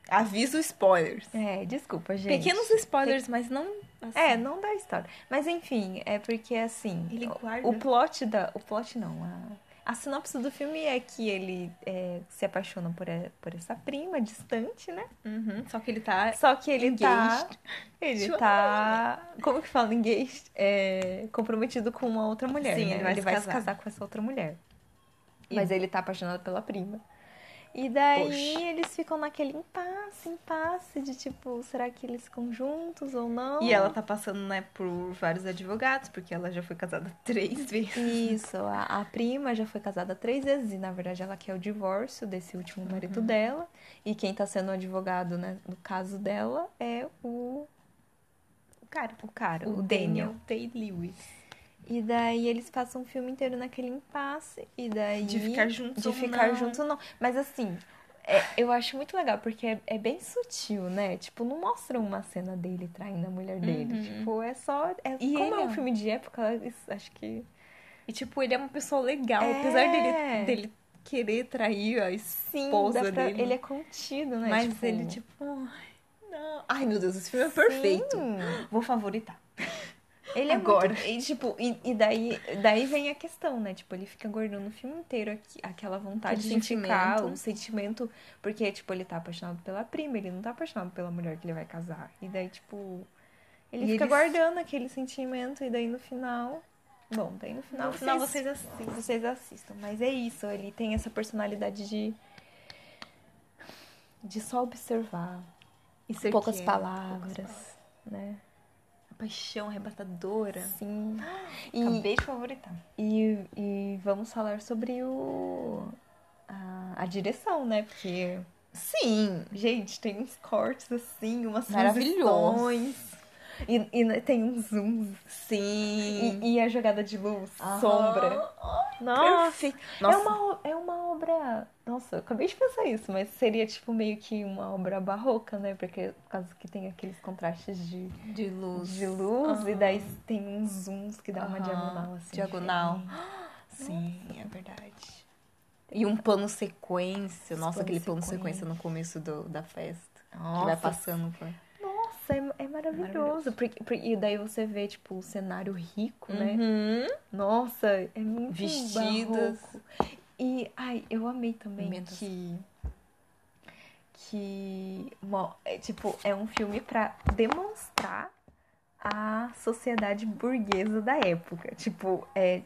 S1: Avisa os spoilers.
S2: É, desculpa, gente.
S1: Pequenos spoilers, mas não. assim,
S2: É, não da história. Mas enfim, é porque assim.
S1: Ele
S2: o-
S1: guarda. né?
S2: O plot da. O plot não. A, a sinopse do filme é que ele é, se apaixona por, e- por essa prima distante, né?
S1: Uhum, Só que ele tá.
S2: Só que ele tá.
S1: Engaged.
S2: Ele
S1: Chama
S2: tá. Como que fala em inglês? É, comprometido com uma outra mulher.
S1: Sim,
S2: né?
S1: ele vai
S2: ele
S1: se
S2: vai se
S1: casar.
S2: casar com essa outra mulher.
S1: E-
S2: Mas ele tá apaixonado pela prima. E daí
S1: Poxa.
S2: eles ficam naquele impasse, impasse de tipo, será que eles ficam juntos ou não?
S1: E ela tá passando, né, por vários advogados, porque ela já foi casada [LAUGHS] três vezes.
S2: Isso, a, a prima já foi casada três vezes e, na verdade, ela quer o divórcio desse último marido
S1: Uhum.
S2: dela. E quem tá sendo o advogado, né, no caso dela, é o,
S1: O cara,
S2: o cara, o, Daniel.
S1: Day-Lewis.
S2: E daí eles passam o filme inteiro naquele impasse. E daí.
S1: De ficar juntos
S2: De
S1: ou
S2: ficar
S1: não.
S2: junto, não. Mas assim, é- eu acho muito legal, porque é, é bem sutil, né? Tipo, não mostra uma cena dele traindo a mulher dele.
S1: Uhum.
S2: Tipo, é só. é-
S1: E
S2: como
S1: ele
S2: é
S1: é
S2: um
S1: um-
S2: filme de época, isso- acho que.
S1: E, tipo, ele é uma pessoa legal,
S2: É.
S1: apesar dele, dele querer trair a
S2: Sim,
S1: esposa
S2: dá pra-
S1: dele.
S2: ele é contido, né?
S1: Mas ele, tipo, ai, não. Ai, tipo um meu Deus, esse filme é
S2: Sim.
S1: perfeito. Vou favoritar.
S2: Ele é
S1: Agora.
S2: gordo. E, tipo, e, e daí, daí vem a questão, né? Tipo, ele fica gordão no filme inteiro, aqui- aquela vontade
S1: Aquele
S2: de ficar,
S1: sentimento.
S2: o sentimento. Porque, tipo, ele tá apaixonado pela prima, ele não tá apaixonado pela mulher que ele vai casar. E daí, tipo, ele
S1: E
S2: fica
S1: eles-
S2: guardando aquele sentimento, e daí no final. Bom, daí no final,
S1: No final
S2: vocês assistam. Vocês assistam. Mas é isso, ele tem essa personalidade de. de só observar.
S1: E ser
S2: poucas
S1: quieto,
S2: palavras,
S1: poucas palavras.
S2: né?
S1: A paixão arrebatadora. [GASPS]
S2: Sim.
S1: Acabei de favoritar.
S2: E, e vamos falar sobre o a, a direção, né? Porque,
S1: Sim.
S2: gente, tem uns cortes assim, umas
S1: Maravilhoso.
S2: transições. E, e tem uns zooms.
S1: Sim.
S2: E, e a jogada de luz,
S1: Aham.
S2: sombra. Nossa,
S1: Perfeito. Nossa.
S2: É, uma, o- é uma obra. Nossa, eu acabei de pensar isso, mas seria tipo meio que uma obra barroca, né? Porque por causa que tem aqueles contrastes de,
S1: De luz.
S2: de luz, e
S1: Aham.
S2: daí tem uns zooms que dá uma
S1: Ah. Aham.
S2: diagonal assim.
S1: Diagonal.
S2: diferente.
S1: Sim, é verdade. E um plano sequência. Nossa,
S2: Plano
S1: aquele plano
S2: sequência.
S1: sequência no começo do- da festa. Que vai
S2: Nossa,
S1: passando por.
S2: Nossa, é, é maravilhoso.
S1: Maravilhoso.
S2: Porque- porque- e daí você vê, tipo, o cenário rico, né?
S1: Uhum.
S2: Nossa, é muito
S1: Vestidas.
S2: barroco. E, ai, eu amei também
S1: Momentos.
S2: que... Que, mo- é, tipo, é um filme pra demonstrar a sociedade burguesa da época. Tipo, é,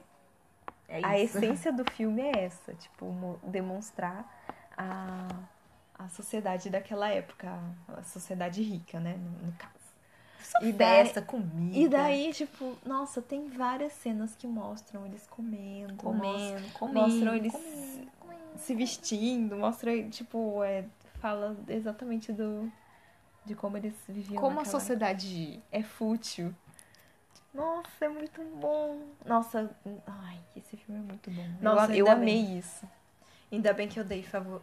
S1: É
S2: a
S1: isso.
S2: essência do filme é essa. Tipo, mo- demonstrar a, a sociedade daquela época. A sociedade rica, né? No, no caso.
S1: E
S2: E daí-
S1: festa, comida.
S2: E daí, tipo, nossa, tem várias cenas que mostram eles comendo, mos-
S1: Comendo, comendo.
S2: mostram eles
S1: comendo.
S2: se vestindo, mostra, tipo, é, fala exatamente do de como eles viviam
S1: Como a
S2: naquela
S1: sociedade.
S2: é fútil. Nossa, é muito bom. Nossa, ai, esse filme é muito bom. Eu
S1: Nossa,
S2: a- eu,
S1: ainda
S2: amei
S1: bem.
S2: isso. Ainda bem que eu dei favor,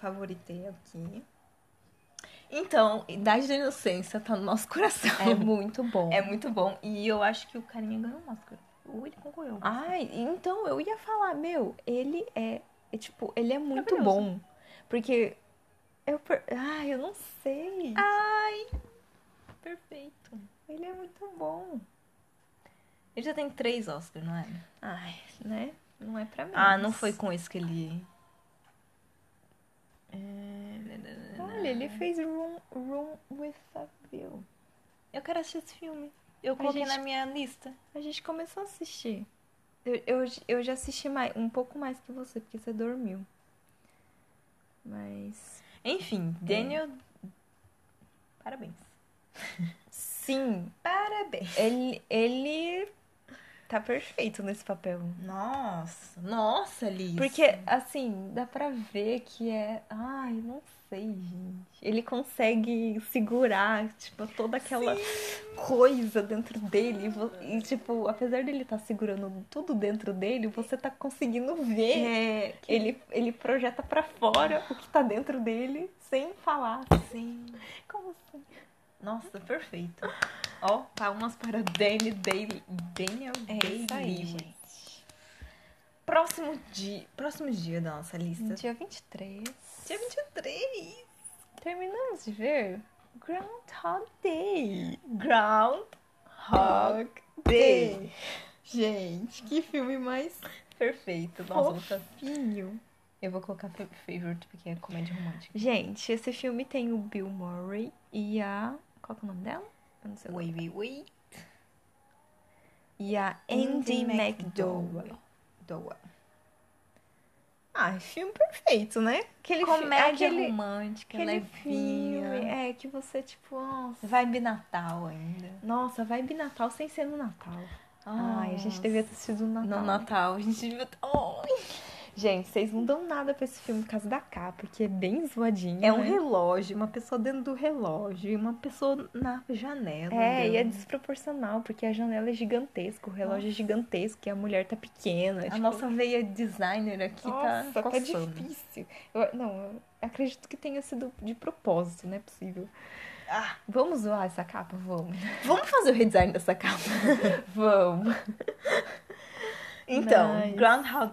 S2: favoritei aqui.
S1: Então, Idade da Inocência tá no nosso coração.
S2: [LAUGHS] É muito bom.
S1: É muito bom. E eu acho que o carinha ganhou um Oscar. Ou ele concorreu.
S2: Ai, então eu ia falar, meu, ele é, é tipo, ele é muito
S1: Maravilhoso.
S2: bom. Porque eu, per- ai, eu não sei.
S1: perfeito.
S2: Ele é muito bom.
S1: Ele já tem três Oscars, não é?
S2: Ai, né? Não é pra mim.
S1: Ah, não foi com esse que ele.
S2: Olha, ele fez Room, Room with a View.
S1: Eu quero assistir esse filme. Eu
S2: A
S1: coloquei na
S2: gente-
S1: minha lista.
S2: A gente começou a assistir. Eu, eu, eu já assisti mais, um pouco mais que você, porque você dormiu. Mas.
S1: Enfim, Daniel. Parabéns.
S2: Sim,
S1: Parabéns.
S2: ele, ele tá perfeito nesse papel.
S1: Nossa, nossa, Liz.
S2: Porque, assim, dá pra ver que é. Ai, não sei, gente. Ele consegue segurar, tipo, toda aquela coisa dentro dele. E vo- E, tipo, apesar dele estar segurando tudo dentro dele, você tá conseguindo ver.
S1: É, que
S2: Ele, ele projeta pra fora o que tá dentro dele sem falar.
S1: assim.
S2: Como tá assim?
S1: Nossa, perfeito. Ó, palmas para Daniel Daily. Daniel Day-Lewis.
S2: gente.
S1: Próximo dia, próximo dia da nossa lista.
S2: Dia 23.
S1: Dia 23.
S2: Terminamos de ver Groundhog Day.
S1: Groundhog Day.
S2: Day. Gente, que filme mais
S1: Perfeito. Nossa, eu vou-
S2: fofinho.
S1: eu vou colocar fa- favorite porque é comédia romântica.
S2: Gente, esse filme tem o Bill Murray e a. Qual que é o nome dela? Eu não sei. o nome.
S1: Wait, wait, wait.
S2: E a Andy McDowell.
S1: Doa.
S2: Ah, filme perfeito, né? Aquele fi-
S1: Comédia
S2: aquele-
S1: romântica,
S2: aquele filme.
S1: levinha.
S2: É, que você, tipo, nossa.
S1: é- Vibe Natal ainda.
S2: Nossa, vibe Natal sem ser no Natal. Ai, a gente
S1: Nossa.
S2: devia ter sido no Natal.
S1: No Natal, a gente devia... tá Ai.
S2: Gente, vocês não dão nada pra esse filme por causa da capa, que é bem zoadinho.
S1: É um
S2: né?
S1: relógio, uma pessoa dentro do relógio e uma pessoa na janela.
S2: É, e é
S1: andando.
S2: desproporcional, porque a janela é gigantesca, o relógio é gigantesco e a mulher tá pequena.
S1: A nossa veia designer aqui Tipo tá
S2: Nossa, tá
S1: coçando.
S2: difícil. Eu- não, eu acredito que tenha sido de propósito, não é possível.
S1: Ah.
S2: Vamos zoar essa capa? Vamos.
S1: Vamos fazer o redesign dessa capa.
S2: Vamos.
S1: Então,
S2: Nice.
S1: Groundhog,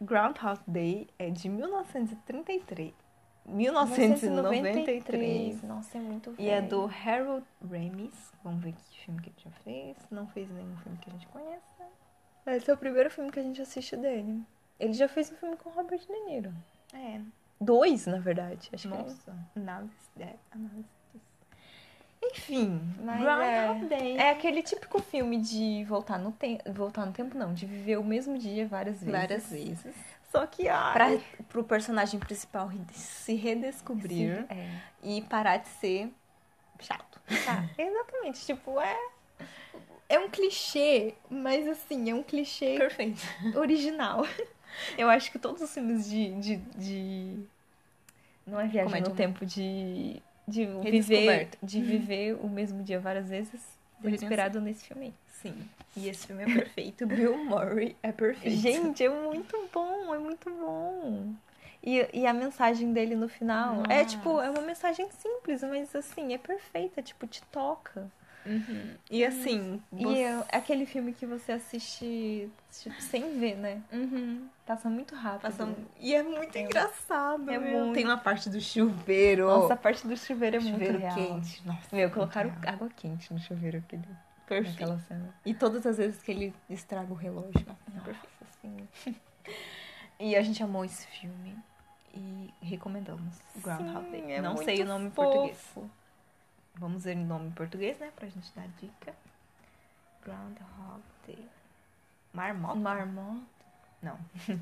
S1: Groundhog Day é de 1933. 1993.
S2: Nossa, é muito velho.
S1: E é do Harold Ramis. Vamos ver que filme que ele já fez. Não fez nenhum filme que a gente conheça.
S2: Esse é o primeiro filme que a gente assiste dele. Ele já fez um filme com Robert De Niro.
S1: É.
S2: Dois, na verdade. Acho que
S1: Nossa.
S2: Nada. É.
S1: Análise.
S2: Enfim,
S1: Mas
S2: Groundhog
S1: é-
S2: Day. É aquele típico filme de voltar no tempo. Voltar no tempo, não, de viver o mesmo dia várias vezes.
S1: É, Várias vezes.
S2: Só que ai,
S1: Pra, pro personagem principal re- se redescobrir
S2: Sim, é.
S1: e parar de ser chato.
S2: Tá, exatamente. Tipo, é
S1: É um clichê, mas assim, é um clichê
S2: perfeito.
S1: original.
S2: [LAUGHS] Eu acho que todos os filmes de. de, de- Não é viagem
S1: Comédia
S2: no tempo de. De viver,
S1: Redescoberta.
S2: de viver o mesmo dia várias vezes. Foi
S1: Deveriam
S2: inspirado nesse filme. aí.
S1: Sim. E esse filme é perfeito. Bill Murray é perfeito.
S2: Gente, é muito bom, é muito bom. E, e a mensagem dele no final é tipo, é uma mensagem simples, mas assim, é perfeita, tipo, te toca.
S1: E assim.
S2: E
S1: você-
S2: é aquele filme que você assiste, tipo, sem ver, né?
S1: Uhum.
S2: Passa muito rápido.
S1: Passa- E é muito engraçado.
S2: é
S1: meu.
S2: muito.
S1: Tem uma parte do chuveiro.
S2: Nossa, a parte do chuveiro é
S1: chuveiro
S2: muito real.
S1: quente. Nossa. é
S2: Meu, colocaram
S1: muito
S2: água quente no chuveiro aquele,
S1: real. perfeito.
S2: naquela cena.
S1: E todas as vezes que ele estraga o relógio. Nossa, é perfeito.
S2: Perfeito, assim.
S1: [LAUGHS] E a gente amou esse filme. E recomendamos Groundhog Day.
S2: Sim, é
S1: Não
S2: muito
S1: sei o nome em
S2: fofo.
S1: português. Vamos ver o nome em português, né? Pra gente dar dica. Groundhog Day. Marmota?
S2: Marmota.
S1: Não. [LAUGHS]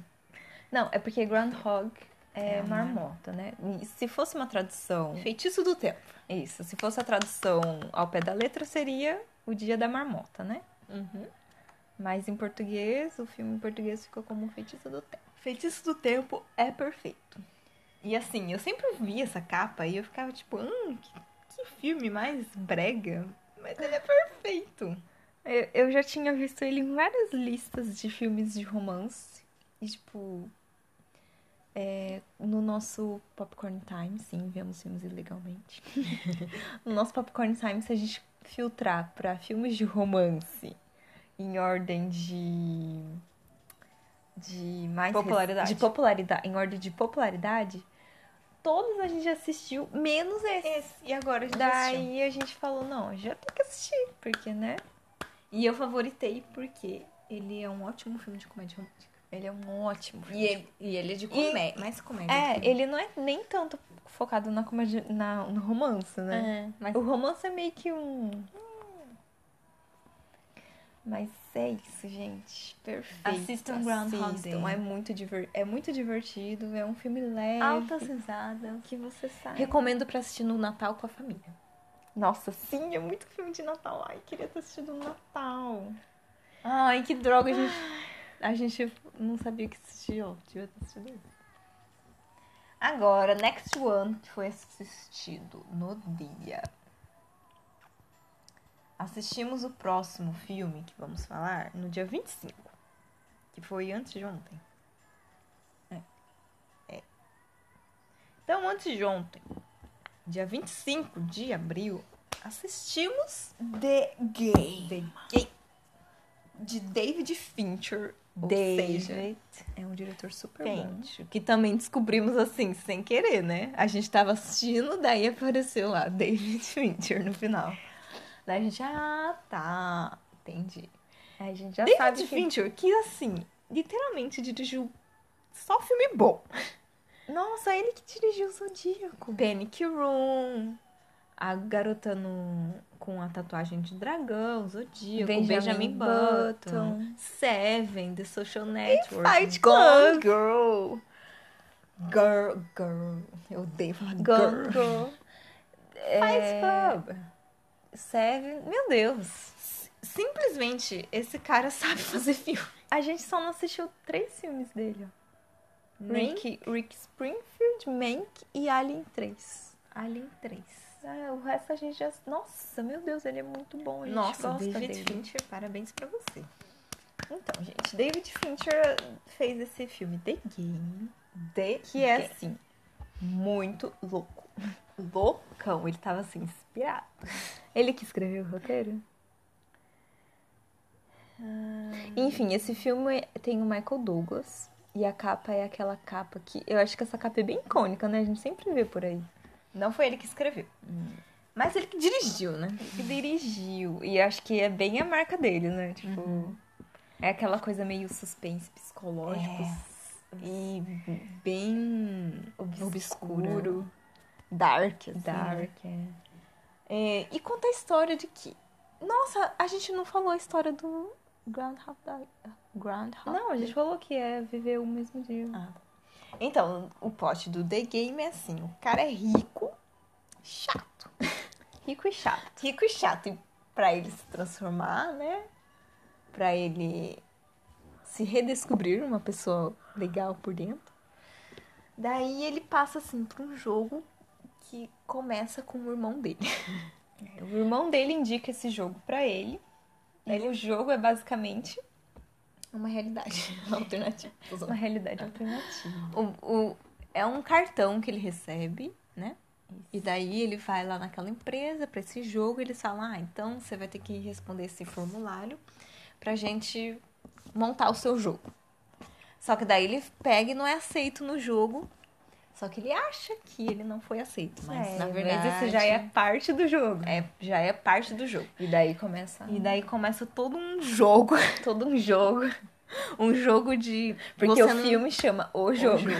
S2: Não, é porque Groundhog é,
S1: É a
S2: marmota, né? E se fosse uma tradução
S1: Feitiço do Tempo.
S2: Isso, se fosse a tradução ao pé da letra, seria o dia da marmota, né?
S1: Uhum.
S2: Mas em português, o filme em português ficou como o feitiço do tempo.
S1: Feitiço do Tempo é perfeito. E assim, eu sempre vi essa capa e eu ficava tipo, hum, que, que filme mais brega. Mas ele é perfeito.
S2: Eu, eu já tinha visto ele em várias listas de filmes de romance. E, tipo, é, no nosso Popcorn Time, sim, vemos filmes ilegalmente. [LAUGHS] no nosso Popcorn Time, se a gente filtrar pra filmes de romance em ordem de. de mais. res-
S1: Popularidade.
S2: De popularidade. Em ordem de popularidade, todos a gente já assistiu, menos esse.
S1: Esse, e agora a gente assistiu.
S2: Daí a gente falou, não, já tem que assistir, porque, né?
S1: E eu favoritei porque ele é um ótimo filme de comédia romântica.
S2: Ele é um ótimo filme.
S1: E ele, e ele é de comédia, mais comédia. do que-
S2: É, ele não é nem tanto focado na comédia, na, no romance, né?
S1: É, mas
S2: O romance é meio que um. Mas é isso, gente. Perfeito.
S1: Assistam Groundhog Day.
S2: Assistam, É muito, diver... é muito divertido, é um filme leve.
S1: altas risadas.
S2: né? Que você sabe.
S1: Recomendo pra assistir no Natal com a família.
S2: Nossa, sim, é muito filme de Natal. Ai, queria ter assistido no Natal.
S1: Ai, que droga, a gente.
S2: A gente não sabia que assistir, ó. Devia ter assistido isso.
S1: Agora, Next One foi assistido no dia. Assistimos o próximo filme que vamos falar no dia 25. Que foi antes de ontem. É. É. Então, antes de ontem, dia 25 de abril, assistimos
S2: The Game.
S1: The Gay de David Fincher. Ou seja, tá
S2: David é um diretor super bom.
S1: Fincher, que também descobrimos assim, sem querer, né? A gente tava assistindo, daí apareceu lá, David [LAUGHS] Fincher no final. Daí a gente, ah, tá, entendi.
S2: A gente já
S1: David Fincher, que assim, literalmente dirigiu só filme bom.
S2: Nossa, ele que dirigiu o Zodíaco.
S1: Panic Room, a garota no, com a tatuagem de um dragão, Zodíaco, Benjamin, Button, Seven, The Social Network,
S2: Fight
S1: Gone Girl. Girl, girl. Eu odeio falar girl.
S2: Gango. É...
S1: Fight Club.
S2: Seven. Meu Deus.
S1: Simplesmente, esse cara [LAUGHS] sabe fazer filme.
S2: A gente só não assistiu três filmes dele, ó.
S1: Nem
S2: Rick, Rick Springfield, Mank e Alien 3.
S1: Alien 3.
S2: É, o resto a gente já... Nossa, meu Deus, ele é muito bom. A gente
S1: Nossa,
S2: gosta
S1: David
S2: dele.
S1: Fincher, parabéns pra você.
S2: Então, gente, David Fincher fez esse filme The Game,
S1: De
S2: que é
S1: Game.
S2: assim, muito louco.
S1: [LAUGHS] Loucão, ele tava assim, inspirado.
S2: Ele que escreveu o roteiro?
S1: Ah.
S2: Enfim, esse filme tem o Michael Douglas, E a capa é aquela capa que. Eu acho que essa capa é bem icônica, né? A gente sempre vê por aí. Não foi ele que escreveu. Mas ele que dirigiu, né? Ele que dirigiu. E eu acho que é bem a marca dele, né? Tipo. É aquela coisa meio suspense psicológico. E bem É obscuro.
S1: Dark, assim. né?
S2: Dark, é.
S1: É, e conta a história de que. Nossa, a gente não falou a história do Groundhog Day. Groundhog
S2: Não, a gente falou que é viver o mesmo dia.
S1: Então, o pote do The Game é assim: o cara é rico, chato.
S2: Rico e chato.
S1: Rico e chato. E pra ele se transformar, né? Pra ele se redescobrir uma pessoa legal por dentro. Daí ele passa assim pra um jogo que começa com o irmão dele. [LAUGHS]
S2: O irmão dele indica esse jogo pra ele. E o jogo é basicamente
S1: É Uma realidade [LAUGHS] alternativa.
S2: uma realidade alternativa.
S1: O, o- é um cartão que ele recebe, né? E daí ele vai lá naquela empresa pra esse jogo e eles falam: Ah, então você vai ter que responder esse formulário pra gente montar o seu jogo. Só que daí ele pega e não é aceito no jogo. Só que ele acha que ele não foi aceito. Mas
S2: É,
S1: na verdade
S2: mas isso já é parte do jogo.
S1: é- já é parte do jogo.
S2: E daí começa
S1: E daí começa todo um jogo. [LAUGHS]
S2: todo um jogo.
S1: Um jogo de.
S2: Porque
S1: você
S2: o
S1: não-
S2: filme chama O Jogo.
S1: [LAUGHS]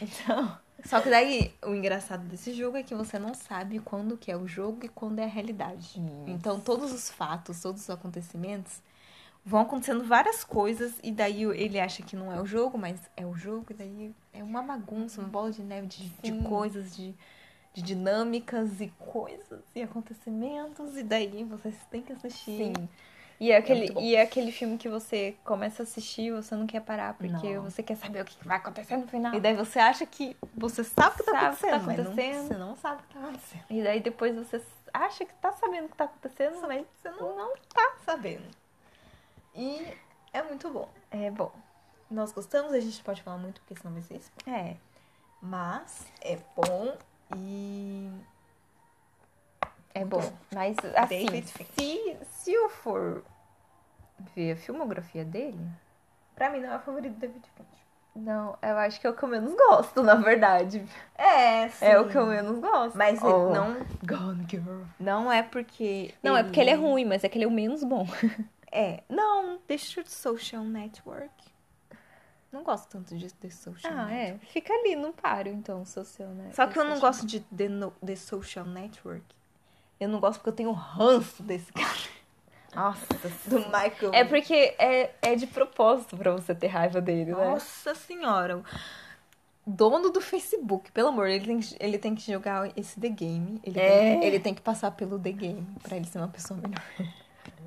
S1: Então. Só que daí, o engraçado desse jogo é que você não sabe quando que é o jogo e quando é a realidade. Então, todos os fatos, todos os acontecimentos, vão acontecendo várias coisas e daí ele acha que não é o jogo, mas é o jogo e daí é uma bagunça, uma bola de neve de, de
S2: Sim.
S1: coisas, de, de dinâmicas e coisas e acontecimentos e daí vocês têm que assistir.
S2: Sim. E é, aquele,
S1: muito bom.
S2: e é aquele filme que você começa a assistir e você não quer parar, porque
S1: Não.
S2: você quer saber o que que vai acontecer no final.
S1: E daí você acha que você sabe o que tá
S2: Sabe o que
S1: acontecendo,
S2: tá
S1: mas não-
S2: acontecendo.
S1: você não sabe o que tá acontecendo.
S2: E daí depois você acha que tá sabendo o que tá acontecendo, mas
S1: Você não, não tá sabendo. E é muito bom.
S2: é bom.
S1: Nós gostamos, a gente pode falar muito porque senão vai ser spoiler.
S2: É.
S1: Mas é bom e.
S2: É
S1: Muito
S2: bom.
S1: bom.
S2: Mas assim,
S1: David Fincher.
S2: se, se eu for ver a filmografia dele,
S1: Pra mim não é o favorito do David Fincher.
S2: não, eu acho que é o que eu menos gosto, na verdade.
S1: É, sim.
S2: É o que eu menos gosto.
S1: Mas ele
S2: Oh.
S1: não,
S2: Gone Girl.
S1: não é porque.
S2: Não, é porque ele é ruim, mas é que ele é o menos bom.
S1: É. Não, The Social Network. Não gosto tanto de The Social
S2: Ah,
S1: Network.
S2: é. Fica ali, não paro, então, social, né?
S1: Só que eu não
S2: Social.
S1: gosto de The, No- The Social Network. Eu não gosto porque eu tenho ranço desse cara.
S2: Nossa.
S1: [LAUGHS] Do Michael.
S2: É porque é, é de propósito pra você ter raiva dele, né?
S1: Nossa senhora. o Dono do Facebook, pelo amor, ele tem, que- ele tem que jogar esse The Game. Ele, tem,
S2: É.
S1: ele tem que passar pelo The Game pra ele ser uma pessoa melhor.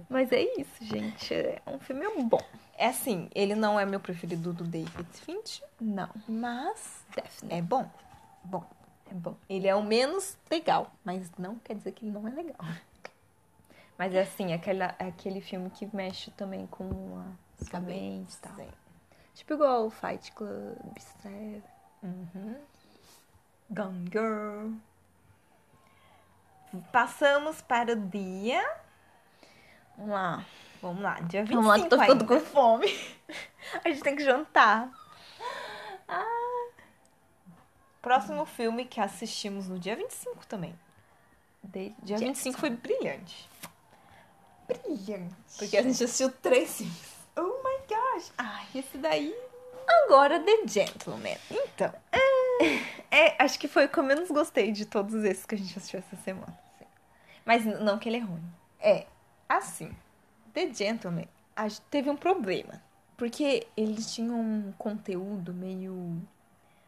S2: Mas é isso, gente. É um filme bom.
S1: É assim, ele não é meu preferido do David Finch,
S2: Não,
S1: mas
S2: Daphne.
S1: é bom. Bom.
S2: É bom.
S1: Ele é o menos legal, mas não quer dizer que ele não é legal.
S2: Mas é assim, aquela, aquele filme que mexe também com a sua mente e tal.
S1: Sim.
S2: Tipo igual o Fight Club, Step.
S1: Gone Girl. Passamos para o dia. Vamos lá. Vamos lá, dia 25.
S2: Vamos lá, que tô ficando
S1: ainda.
S2: com fome.
S1: [LAUGHS]
S2: A gente tem que jantar.
S1: Ah. Próximo filme que assistimos no dia 25 também. Dia 25 foi brilhante.
S2: brilhante.
S1: Porque a gente assistiu três filmes.
S2: Oh my gosh!
S1: Ai, esse daí. Agora The Gentleman. Então,
S2: É, acho que foi o que eu menos gostei de todos esses que a gente assistiu essa semana. assim. Mas n- não que ele é ruim.
S1: é assim. The Gentleman a gente teve um problema. Porque ele tinha um conteúdo meio.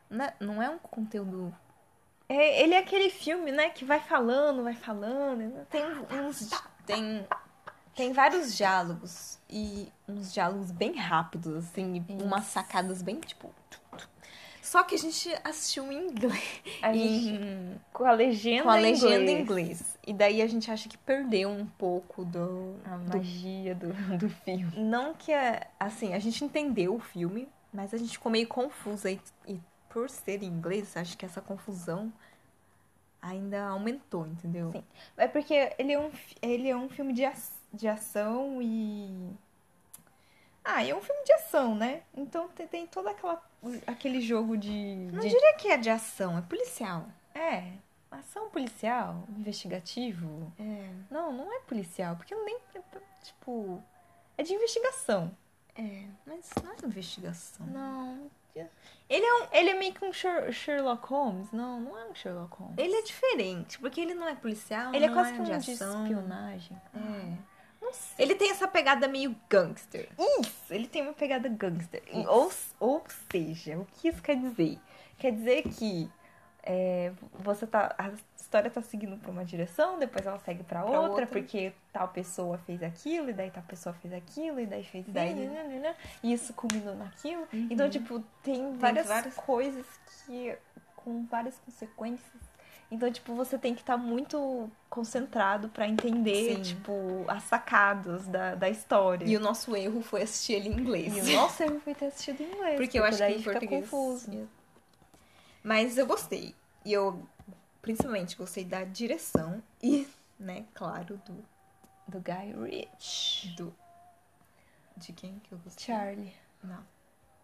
S1: na- Não é um conteúdo
S2: É, ele é aquele filme, né, que vai falando, vai falando. né?
S1: tem uns tem tem vários diálogos e uns diálogos bem rápidos assim, e
S2: Isso.
S1: umas sacadas bem tipo tu, tu. só que a gente assistiu em inglês,
S2: A gente,
S1: em-
S2: com a legenda
S1: com a
S2: em
S1: legenda em
S2: inglês.
S1: inglês. E daí a gente acha que perdeu um pouco do,
S2: A
S1: do
S2: magia do, [LAUGHS] do filme.
S1: não que é, assim, a gente entendeu o filme, mas a gente ficou meio confusa e, e por ser em inglês, acho que essa confusão ainda aumentou, entendeu?
S2: Sim. É porque ele é um, fi- ele é um filme de, ac- de ação e Ah, e é um filme de ação, né? Então tem, tem todo aquela, aquele jogo de.
S1: Não
S2: de-
S1: diria que é de ação, é policial.
S2: É, ação policial, investigativo.
S1: É,
S2: Não, não é policial, porque nem. Tipo. É de investigação.
S1: é. Mas não é investigação.
S2: Não. Ele é, um, ele é meio que um Sher- Sherlock Holmes. Não, não é um Sherlock Holmes.
S1: Ele é diferente, porque ele não é policial,
S2: Ele é
S1: não
S2: quase que
S1: de
S2: um de
S1: ação.
S2: espionagem. Ah,
S1: É.
S2: Não sei.
S1: Ele tem essa pegada meio gangster.
S2: Isso, ele tem uma pegada gangster. Ou, ou seja, o que isso quer dizer? Quer dizer que é, você tá. A história tá seguindo pra uma direção, depois ela segue pra
S1: Pra
S2: outra,
S1: outra.
S2: porque tal pessoa fez aquilo, e daí tal pessoa fez aquilo, e daí fez
S1: E
S2: e
S1: daí?
S2: daí, né, né, né, e isso culminou naquilo. Então, tipo, tem várias
S1: Uhum. várias-
S2: coisas que. com várias consequências. Então, tipo, você tem que estar muito concentrado pra entender,
S1: Sim.
S2: tipo, as sacadas da, da história.
S1: tipo, E o nosso erro foi assistir ele em inglês.
S2: E o nosso erro foi ter assistido em inglês.
S1: Porque eu acho que
S2: daí
S1: em
S2: fica
S1: português.
S2: confuso.
S1: Mas eu gostei. E eu principalmente gostei da direção e, né, claro, do.
S2: Do Guy Rich.
S1: do de quem que eu gostei?
S2: Charlie.
S1: Não.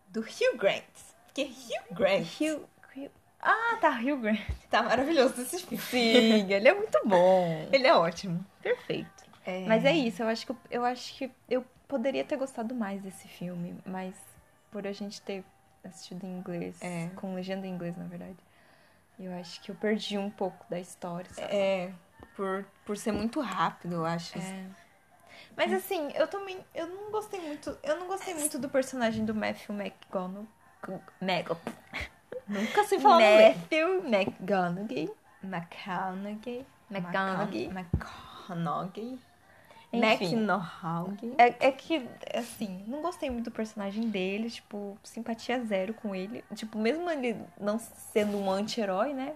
S1: Do Hugh Grant. Porque Hugh Grant
S2: Hugh, Hugh- Ah, tá, Hugh Grant.
S1: tá maravilhoso nesse filme.
S2: Sim, ele é muito bom.
S1: Ele é ótimo.
S2: [LAUGHS] Perfeito.
S1: É,
S2: Mas é isso, eu acho que eu acho que eu poderia ter gostado mais desse filme, mas por a gente ter assistido em inglês,
S1: É.
S2: com legenda em inglês, na verdade. Eu acho que eu perdi um pouco da história, sabe?
S1: É, por, por ser muito rápido, eu acho.
S2: É. Mas
S1: É.
S2: assim, eu também. Eu não gostei muito. Eu não gostei muito do personagem do Matthew McGonagall. Megal.
S1: Nunca se falou
S2: Matthew McGonagall.
S1: McConaughey.
S2: McConaughey.
S1: McConaughey.
S2: Enfim.
S1: McNaughey.
S2: É, é que, assim, não gostei muito do personagem dele, tipo, simpatia zero com ele. Tipo, mesmo ele não sendo um anti-herói, né?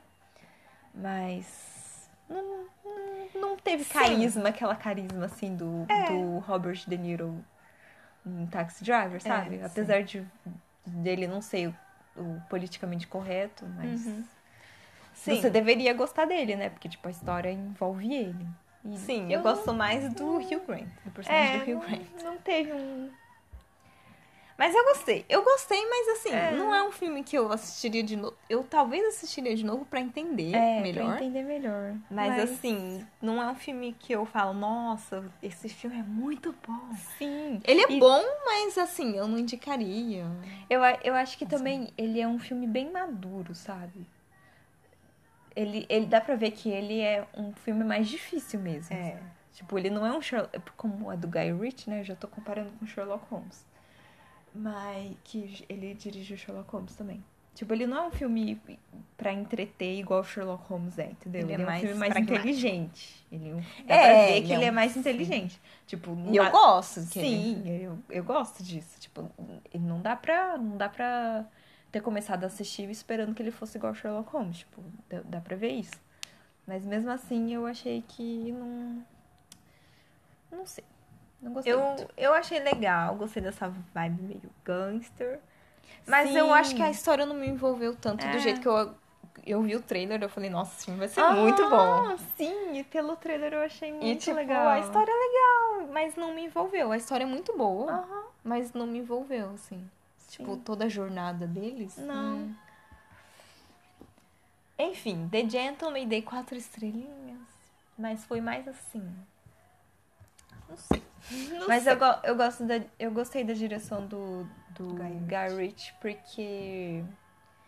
S2: Mas. Não, não, não teve
S1: Sim.
S2: carisma, aquela carisma, assim, do,
S1: É.
S2: do Robert De Niro em Taxi Driver, sabe?
S1: É, sim.
S2: Apesar de dele não ser o, o politicamente correto, mas.
S1: Uhum. Sim.
S2: Você deveria gostar dele, né? Porque, tipo, a história envolve ele. E
S1: Sim, eu, É,
S2: não- É.
S1: gosto mais do Hugh Grant. Do personagem do Hugh
S2: não-
S1: Grant.
S2: não teve um.
S1: Mas eu gostei. Eu gostei, mas assim,
S2: É.
S1: não é um filme que eu assistiria de novo. Eu talvez assistiria de novo pra entender
S2: É,
S1: melhor.
S2: pra entender melhor.
S1: Mas, assim, não é um filme que eu falo, nossa, esse filme é muito bom.
S2: sim.
S1: Ele é
S2: E-
S1: bom, mas assim, eu não indicaria.
S2: Eu, a- eu acho que também ele é um filme bem maduro, sabe? Ele, ele dá pra ver que ele é um filme mais difícil mesmo.
S1: É.
S2: Tipo, ele não é um Sherlock. Como é do Guy Ritchie, né? Eu já tô comparando com Sherlock Holmes. Mas que ele dirige o Sherlock Holmes também. Tipo, ele não é um filme pra entreter igual o Sherlock Holmes é, entendeu?
S1: Ele é
S2: Ele, é um
S1: mais
S2: filme mais
S1: pragmático.
S2: inteligente. Ele é um- dá
S1: É,
S2: pra ver
S1: ele
S2: que
S1: é
S2: ele é
S1: um-
S2: mais inteligente. Tipo, não
S1: E eu
S2: dá-
S1: gosto. que ele-
S2: Sim, eu, eu gosto disso. Tipo, não dá pra, não dá pra ter começado a assistir esperando que ele fosse igual ao Sherlock Holmes. Tipo, dá, dá pra ver isso. Mas mesmo assim, eu achei que não. Não sei. Não gostei.
S1: Eu,
S2: muito.
S1: eu achei legal, gostei dessa vibe meio gangster. Mas eu
S2: Sim.
S1: acho que é a história não me envolveu tanto do
S2: É.
S1: jeito que eu, eu vi o trailer. Eu falei, nossa, esse filme vai ser
S2: Ah,
S1: muito bom.
S2: Sim, e pelo trailer eu achei muito
S1: E, tipo,
S2: legal.
S1: a história é legal, mas não me envolveu. A história é muito boa,
S2: Aham.
S1: mas não me envolveu, assim. Tipo,
S2: Sim.
S1: toda a jornada deles.
S2: Não.
S1: hum.
S2: É.
S1: Enfim, The Gentleman dei quatro estrelinhas. Mas foi mais assim. Não sei. Não
S2: Mas
S1: sei.
S2: eu, go- eu gosto da, eu gostei da direção do, do
S1: Guy Ritchie.
S2: Guy Ritchie, porque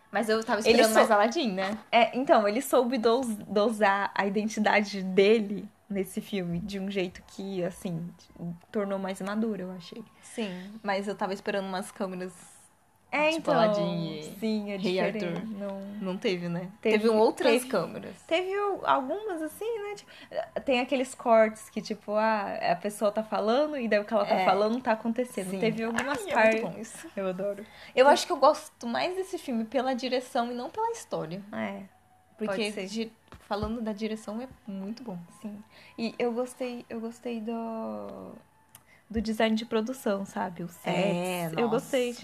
S1: mas eu tava
S2: Ele
S1: esperando
S2: só-
S1: mais Aladdin, né?
S2: É, então, ele soube dos- dosar a identidade dele nesse filme de um jeito que, assim, tornou mais maduro, eu achei.
S1: Sim, mas eu tava esperando umas câmeras.
S2: É,
S1: Tipo,
S2: então.
S1: Aladdin e
S2: Sim, é
S1: Rei
S2: diferente.
S1: Arthur.
S2: Não...
S1: Não teve, né? Teve,
S2: Teve-
S1: outras
S2: teve.
S1: câmeras.
S2: Teve o- algumas, assim, né? Tipo, tem aqueles cortes que, tipo, ah, a pessoa tá falando e daí o que ela tá
S1: É.
S2: falando tá acontecendo.
S1: Sim.
S2: Teve algumas
S1: Ai, é
S2: partes.
S1: muito bom isso.
S2: eu adoro.
S1: Eu acho que eu gosto mais desse filme pela direção e não pela história.
S2: É,
S1: Porque
S2: pode ser.
S1: di- falando da direção é muito bom.
S2: Sim. E eu gostei, eu gostei do do design de produção, sabe? O set.
S1: É, nossa.
S2: eu gostei.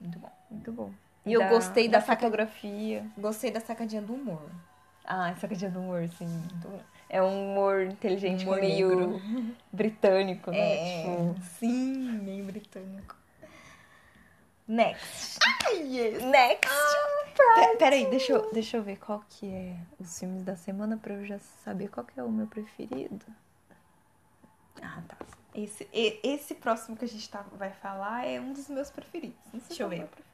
S2: Muito bom, muito bom.
S1: E eu gostei da
S2: fotografia.
S1: Gostei da sacadinha do humor.
S2: Ah, essa sacadinha do humor, sim. É um humor inteligente,
S1: Humor
S2: meio
S1: negro.
S2: britânico, né? Tipo,
S1: É, Sim, meio britânico.
S2: next.
S1: yes.
S2: Next!
S1: Ah,
S2: Pe- Peraí, deixa eu, deixa eu ver qual que é os filmes da semana pra eu já saber qual que é o meu preferido.
S1: Ah, tá.
S2: Esse, e- esse próximo que a gente tá, vai falar é um dos meus preferidos. Não sei
S1: Deixa eu
S2: qual é o
S1: ver.
S2: meu preferido.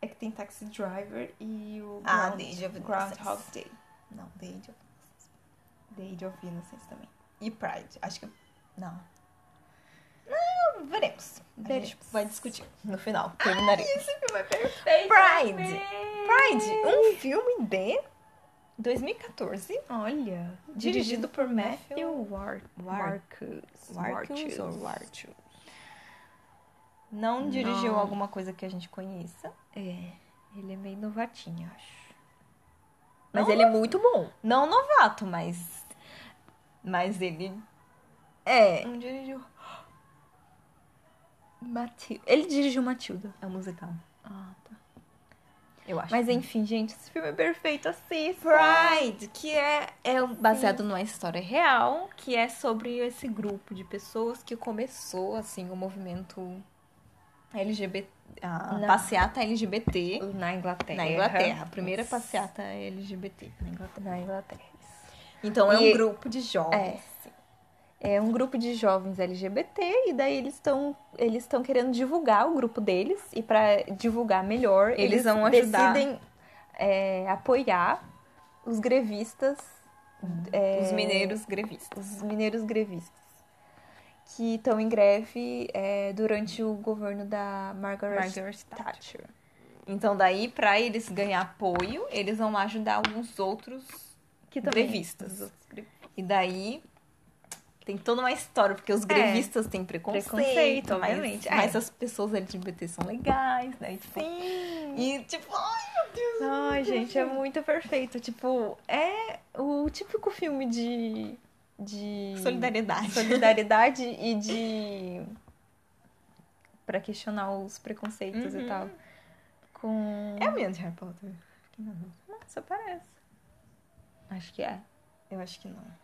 S2: É que tem Taxi Driver e o
S1: Ah,
S2: Ground-
S1: The Age of
S2: Groundhog
S1: Innocence.
S2: Day.
S1: Não, The Age of...
S2: The Age of Innocence também.
S1: E Pride. Acho que... Não. Não, veremos. A gente
S2: Veremos.
S1: vai discutir no final. Terminarei.
S2: Esse filme é perfeito!
S1: Pride. Pride, um filme de 2014,
S2: Olha!
S1: dirigido por Matthew
S2: Matthew War Warcus.
S1: Warkus ou
S2: Warcus.
S1: Warchus. Não
S2: Dirigiu
S1: dirigiu algum.
S2: alguma coisa que a gente conheça.
S1: É.
S2: Ele é meio novatinho, eu acho.
S1: Mas
S2: Não
S1: ele é muito bom.
S2: Não novato, mas.
S1: Mas ele. É.
S2: Não dirigiu.
S1: Matilda. Ele dirigiu Matilda.
S2: É um musical,
S1: Ah, tá.
S2: eu acho.
S1: Mas enfim, gente, esse filme é perfeito. Assista.
S2: Pride, que é
S1: É um- baseado numa história real, que é sobre esse grupo de pessoas que começou, assim, o movimento LGBT. A
S2: Na-
S1: passeata LGBT.
S2: na Inglaterra.
S1: Na Inglaterra, a primeira
S2: Isso.
S1: passeata LGBT na Inglaterra.
S2: Na Inglaterra.
S1: Então é
S2: E-
S1: um grupo de
S2: É,
S1: jovens.
S2: sim.
S1: É, um grupo de jovens LGBT e daí eles estão eles estão querendo divulgar o grupo deles e para divulgar melhor
S2: Eles vão ajudar.
S1: decidem é, apoiar os grevistas, é,
S2: Os mineiros grevistas.
S1: os mineiros grevistas que estão em greve é, durante o governo da Margaret,
S2: Margaret Thatcher.
S1: Thatcher. Então daí para eles ganhar apoio eles vão lá ajudar alguns outros
S2: Que
S1: Grevistas. E daí tem toda uma história, porque os
S2: É.
S1: grevistas têm preconceito,
S2: Preconceito,
S1: mas,
S2: obviamente, é.
S1: mas as pessoas LGBT são legais, né? E, Tipo,
S2: Sim.
S1: E tipo, ai meu Deus!
S2: Ai, gente, é muito perfeito. Tipo, é o típico filme de. de...
S1: Solidariedade.
S2: solidariedade e de Pra questionar os preconceitos e
S1: Uhum.
S2: tal. Com
S1: É a minha de Harry Potter.
S2: nossa, parece.
S1: Acho que é.
S2: Eu acho que não.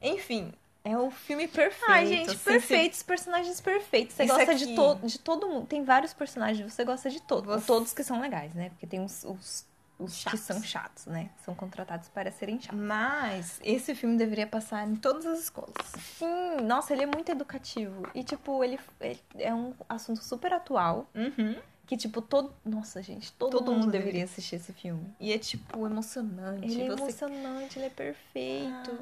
S1: Enfim, é o filme perfeito.
S2: Ai, gente,
S1: assim,
S2: perfeitos, personagens perfeitos. Você
S1: Isso
S2: gosta
S1: aqui.
S2: de, to de todo mundo. Tem vários personagens, você gosta de todos. Todos que são legais, né? Porque tem os, os, os que
S1: Chatos.
S2: são chatos, né? São contratados para serem
S1: se-
S2: chatos.
S1: Mas esse filme deveria passar em todas as escolas.
S2: Sim, nossa, ele é muito educativo. E, tipo, ele, ele é um assunto super atual.
S1: Uhum.
S2: Que, tipo, todo. Nossa, gente, todo,
S1: Todo
S2: mundo,
S1: mundo
S2: deveria
S1: deveria.
S2: assistir esse filme.
S1: E é tipo emocionante.
S2: Ele é
S1: você-
S2: emocionante, ele é perfeito.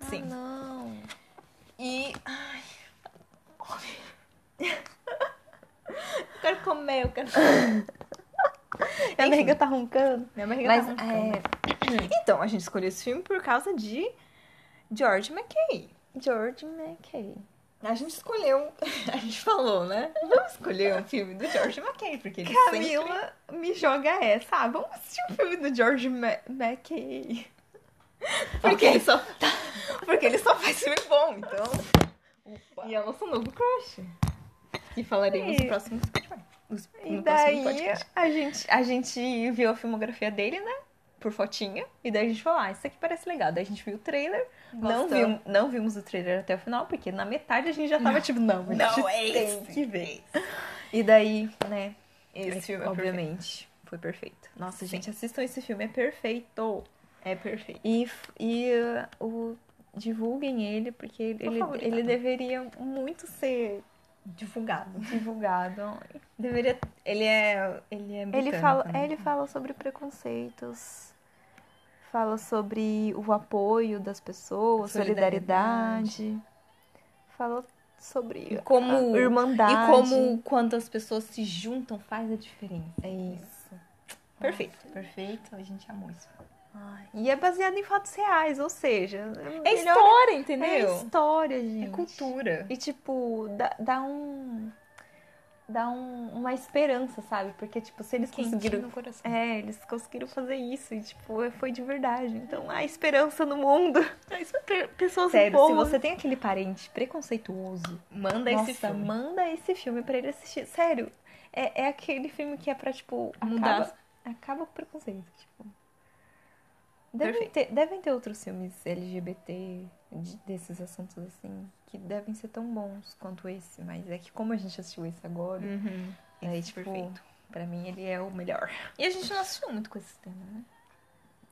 S2: Ah,
S1: Sim.
S2: não.
S1: E. Ai. Eu quero comer, eu quero.
S2: Minha barriga tá roncando.
S1: Minha barriga
S2: Mas,
S1: tá roncando.
S2: é,
S1: Então, a gente escolheu esse filme por causa de George McKay.
S2: George McKay.
S1: A gente escolheu, [LAUGHS] a gente falou, né? Vamos escolher um filme do George McKay, porque ele sempre...
S2: Camila me joga essa. Ah, vamos assistir um filme do George Ma- McKay.
S1: [LAUGHS] Porque ele só [LAUGHS] porque ele só faz filme bom, então.
S2: Opa.
S1: E é o nosso novo crush. Que falaremos
S2: E-
S1: nos próximos os-
S2: E
S1: no próximo
S2: daí
S1: podcast.
S2: a gente, a gente viu a filmografia dele, né? Por fotinha. E daí a gente falou, ah, isso aqui parece legal. Daí a gente viu o trailer. Não,
S1: Gostamos.
S2: viu, não vimos o trailer até o final, porque na metade a gente
S1: [LAUGHS]
S2: já tava tipo, não, a gente [LAUGHS]
S1: Não, é
S2: tem
S1: esse.
S2: que ver. E daí, né?
S1: Esse filme é
S2: obviamente, foi perfeito. Nossa,
S1: Sim.
S2: gente, assistam esse filme, é perfeito.
S1: É perfeito.
S2: E, f- e uh, o, divulguem ele, porque ele, ele,
S1: favor,
S2: ele
S1: Italo.
S2: deveria muito ser
S1: Divulgado.
S2: divulgado.
S1: Deveria. Ele é. Ele é
S2: Ele
S1: britânico,
S2: fala,
S1: né?
S2: ele fala sobre preconceitos, fala sobre o apoio das pessoas,
S1: Solidariedade.
S2: solidariedade, fala sobre
S1: E como-
S2: a irmandade.
S1: E como quando as pessoas se juntam faz a diferença.
S2: É isso.
S1: Perfeito.
S2: Perfeito, a gente amou isso.
S1: Ai.
S2: E é baseado em fatos reais, ou seja, é o
S1: É
S2: melhor-
S1: história,
S2: é
S1: entendeu?
S2: história, gente.
S1: cultura.
S2: E tipo, dá, dá um. Dá um- uma esperança, sabe? Porque, tipo, se eles conseguiram.
S1: no coração.
S2: É, eles conseguiram fazer isso e, tipo, foi de verdade. Então, a esperança no mundo.
S1: É,
S2: Pessoas
S1: Sério, se
S2: boas.
S1: você tem aquele parente preconceituoso, manda
S2: Nossa,
S1: esse filme.
S2: manda esse filme pra ele assistir. Sério, é, é aquele filme que é pra, tipo,
S1: Mudar
S2: acaba, acaba com o preconceito. Tipo. Devem ter, devem ter outros filmes LGBT de- desses assuntos assim que devem ser tão bons quanto esse, mas é que como a gente assistiu esse agora,
S1: Uhum.
S2: aí,
S1: Esse
S2: tipo,
S1: é perfeito.
S2: pra mim ele é o melhor. E a gente não assistiu muito com esse tema, né?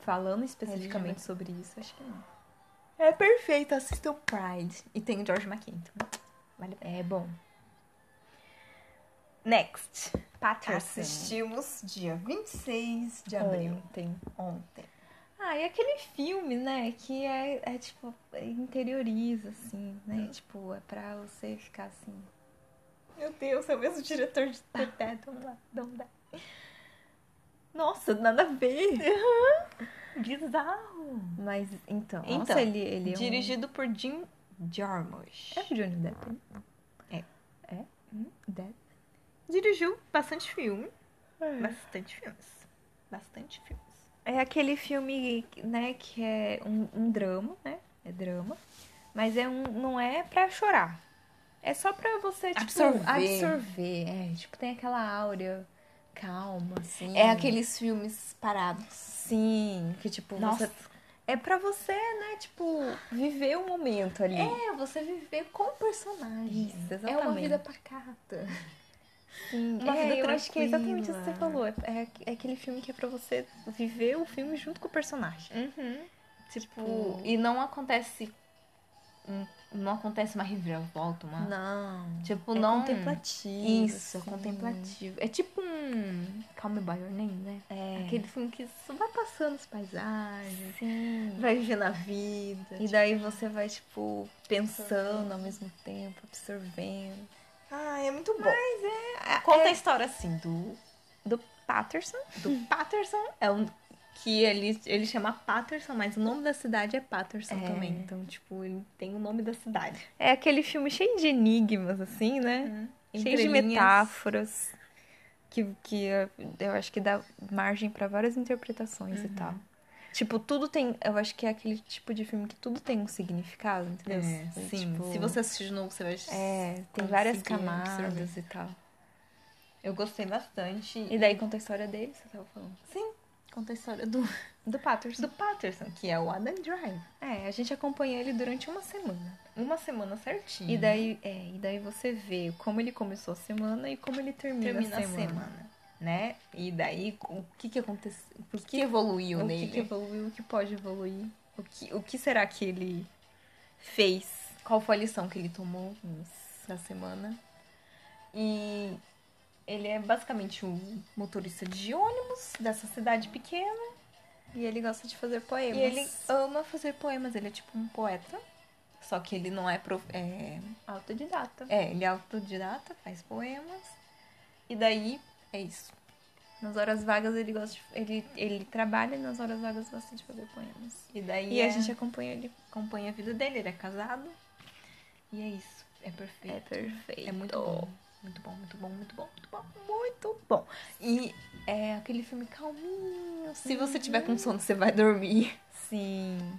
S2: Falando especificamente sobre isso, acho que não.
S1: É perfeito, assistam Pride. E tem o George McKinton. Vale a pena.
S2: É bom.
S1: Next.
S2: Patterson.
S1: Tá Assistimos dia 26 de abril,
S2: Ontem.
S1: ontem.
S2: Ah, e aquele filme, né, que é, é tipo, interioriza, assim, né? Tipo, é pra você ficar assim.
S1: Meu Deus, [LAUGHS] é o mesmo diretor de
S2: Tá, vamos lá, vamos lá. Nossa, nada a ver.
S1: [LAUGHS] Bizarro.
S2: Mas então,
S1: Então,
S2: nossa, ele, ele é um-
S1: Dirigido por Jim Jarmusch.
S2: É o Johnny Depp? né? É?
S1: Hum?
S2: Depp?
S1: Dirigiu bastante filme. É.
S2: Mas
S1: Bastante filmes. Bastante filmes.
S2: É aquele filme, né, que é um, um drama, né? É drama. Mas é um, não é pra chorar. É só pra você, tipo,
S1: Absorver.
S2: absorver. É, tipo, tem aquela áurea calma, assim.
S1: É aqueles filmes parados.
S2: Sim, que tipo,
S1: Nossa.
S2: você- É pra você, né, tipo, viver o momento ali.
S1: É, você viver com o personagem.
S2: Isso,
S1: É uma
S2: exatamente.
S1: vida pacata.
S2: Sim,
S1: Uma
S2: é,
S1: vida
S2: eu acho que é exatamente isso que você falou.
S1: tranquila.
S2: É, é aquele filme que é pra você viver o filme junto com o personagem.
S1: Uhum. Tipo,
S2: Tipo-
S1: e não acontece. um- Não acontece uma reviravolta, uma.
S2: Não.
S1: Tipo,
S2: É
S1: não.
S2: contemplativo.
S1: Isso,
S2: assim.
S1: contemplativo. É tipo um. Call Me By Your Name, né?
S2: É.
S1: Aquele filme que só vai passando as paisagens,
S2: Sim.
S1: vai vivendo a vida.
S2: E daí você vai, tipo, pensando ao mesmo tempo, absorvendo.
S1: Ah, é muito bom. é,
S2: Conta a história, assim, do, do Patterson.
S1: do Patterson é um que ele, ele chama Patterson, mas o nome da cidade é Patterson
S2: É.
S1: também. Então, tipo, ele tem o nome da cidade.
S2: É aquele filme cheio de enigmas, assim, né? Cheio de
S1: Entrelinhas.
S2: metáforas. Que, que eu- eu acho que dá margem pra várias interpretações
S1: Uhum.
S2: e tal. Tipo, tudo tem. Eu acho que é aquele tipo de filme que tudo tem um significado, entendeu?
S1: É, sim.
S2: Tipo,
S1: Se você assistir de novo, você vai.
S2: É, tem várias
S1: conseguir absorver.
S2: camadas e tal.
S1: Eu gostei bastante.
S2: E daí conta a história dele, você tava falando.
S1: Sim, conta a história do,
S2: Do Patterson.
S1: do Patterson, que é o Adam Drive.
S2: É, a gente acompanha ele durante uma semana.
S1: Uma semana certinho.
S2: E daí, é, e daí você vê como ele começou a semana e como ele termina,
S1: termina
S2: a
S1: a
S2: semana.
S1: semana. Né? E daí, o que que aconteceu? O que, evoluiu
S2: O que,
S1: nele?
S2: que evoluiu, o que pode evoluir, o que, o que será que ele fez?
S1: qual foi a lição que ele tomou na semana. E ele é basicamente um motorista de ônibus dessa cidade pequena.
S2: E ele gosta de fazer poemas.
S1: E ele ama fazer poemas, ele é tipo um poeta. Só que ele não é, prof... é...
S2: autodidata.
S1: é, ele é autodidata, faz poemas. E daí é isso.
S2: Nas horas vagas ele gosta de, ele, ele trabalha e nas horas vagas gosta de fazer poemas.
S1: E daí
S2: E
S1: é-
S2: a gente acompanha ele.
S1: acompanha a vida dele, ele é casado. E é isso. É perfeito.
S2: É perfeito.
S1: É muito bom. Muito bom, muito bom, muito bom, muito bom, muito bom. E é aquele filme calminho. Se você tiver com sono, você vai dormir.
S2: assim. Sim.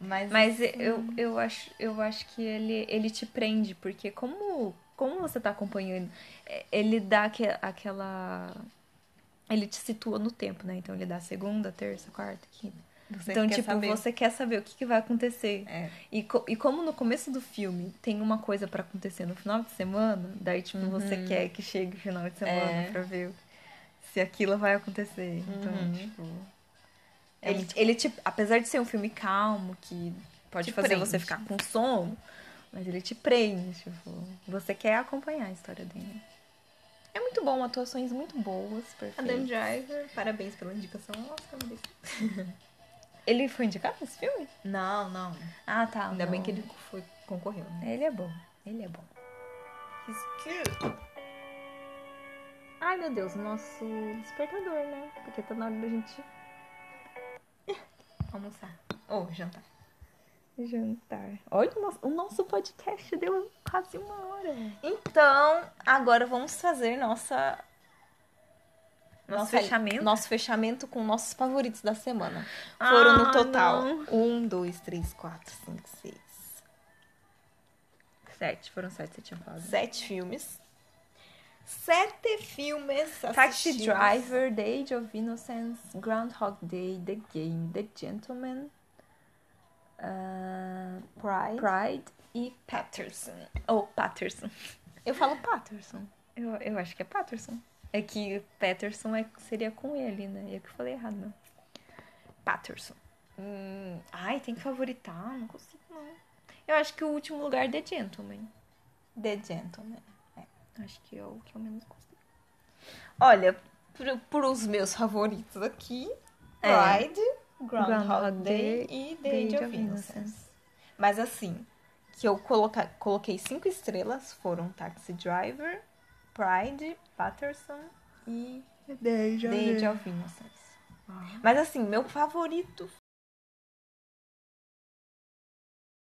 S1: Mas,
S2: Mas eu, eu, acho, eu acho que ele, ele te prende, porque como, como você tá acompanhando, é, ele dá aque- aquela. Ele te situa no tempo, né? Então ele dá segunda, terça, quarta, quinta.
S1: você
S2: então,
S1: quer
S2: tipo,
S1: saber.
S2: você quer saber o que, que vai acontecer.
S1: É.
S2: E, co- e como no começo do filme tem uma coisa pra acontecer no final de semana, daí, tipo, você quer que chegue o final de semana
S1: É.
S2: pra ver se aquilo vai acontecer. Então,
S1: Uhum.
S2: tipo.
S1: É
S2: ele,
S1: muito-
S2: ele te, apesar de ser um filme calmo, que pode
S1: Te
S2: fazer
S1: prende.
S2: você ficar com sono, mas ele te prende, tipo, você quer acompanhar a história dele. É muito bom, atuações muito boas,
S1: Adam
S2: perfeito.
S1: Driver, parabéns pela indicação. Nossa, meu Deus.
S2: Ele foi indicado nesse filme?
S1: Não, não.
S2: Ah, tá.
S1: Ainda bem
S2: não.
S1: que ele foi, concorreu, né?
S2: Ele é bom, ele é bom.
S1: Ai, meu Deus, o nosso despertador, né? Porque tá na hora da gente almoçar. Ou jantar.
S2: Jantar. Olha, o nosso, o nosso podcast deu quase uma hora.
S1: Então, agora vamos fazer nossa
S2: Nosso fechamento?
S1: Nosso fechamento com nossos favoritos da semana. Foram no
S2: Ah,
S1: total.
S2: não.
S1: Um, dois, três, quatro, cinco, seis.
S2: Sete, foram sete, você tinha falado.
S1: Sete filmes. Sete filmes
S2: Taxi
S1: assistidos.
S2: Driver, The Age of Innocence, Groundhog Day, The Game, The Gentleman, ah,
S1: Pride.
S2: Pride e
S1: Patterson.
S2: ou Patterson.
S1: Eu falo Patterson.
S2: Eu, eu acho que é Patterson. É que Patterson é, seria com ele, né? Eu que falei errado, não. Patterson. Hum, ai, tem que favoritar, não consigo não. Eu acho que o último lugar é The Gentleman.
S1: The Gentleman.
S2: Acho que é o que eu menos gostei.
S1: Olha, pro- pros meus favoritos aqui,
S2: É.
S1: Pride, Groundhog,
S2: Groundhog
S1: Day
S2: Day
S1: e The,
S2: The
S1: Age of
S2: Age of
S1: Innocence.
S2: Innocence.
S1: Mas assim, que eu coloca... coloquei cinco estrelas foram Taxi Driver, Pride, Patterson e
S2: The Age
S1: The Age of Innocence. Mas assim, meu favorito,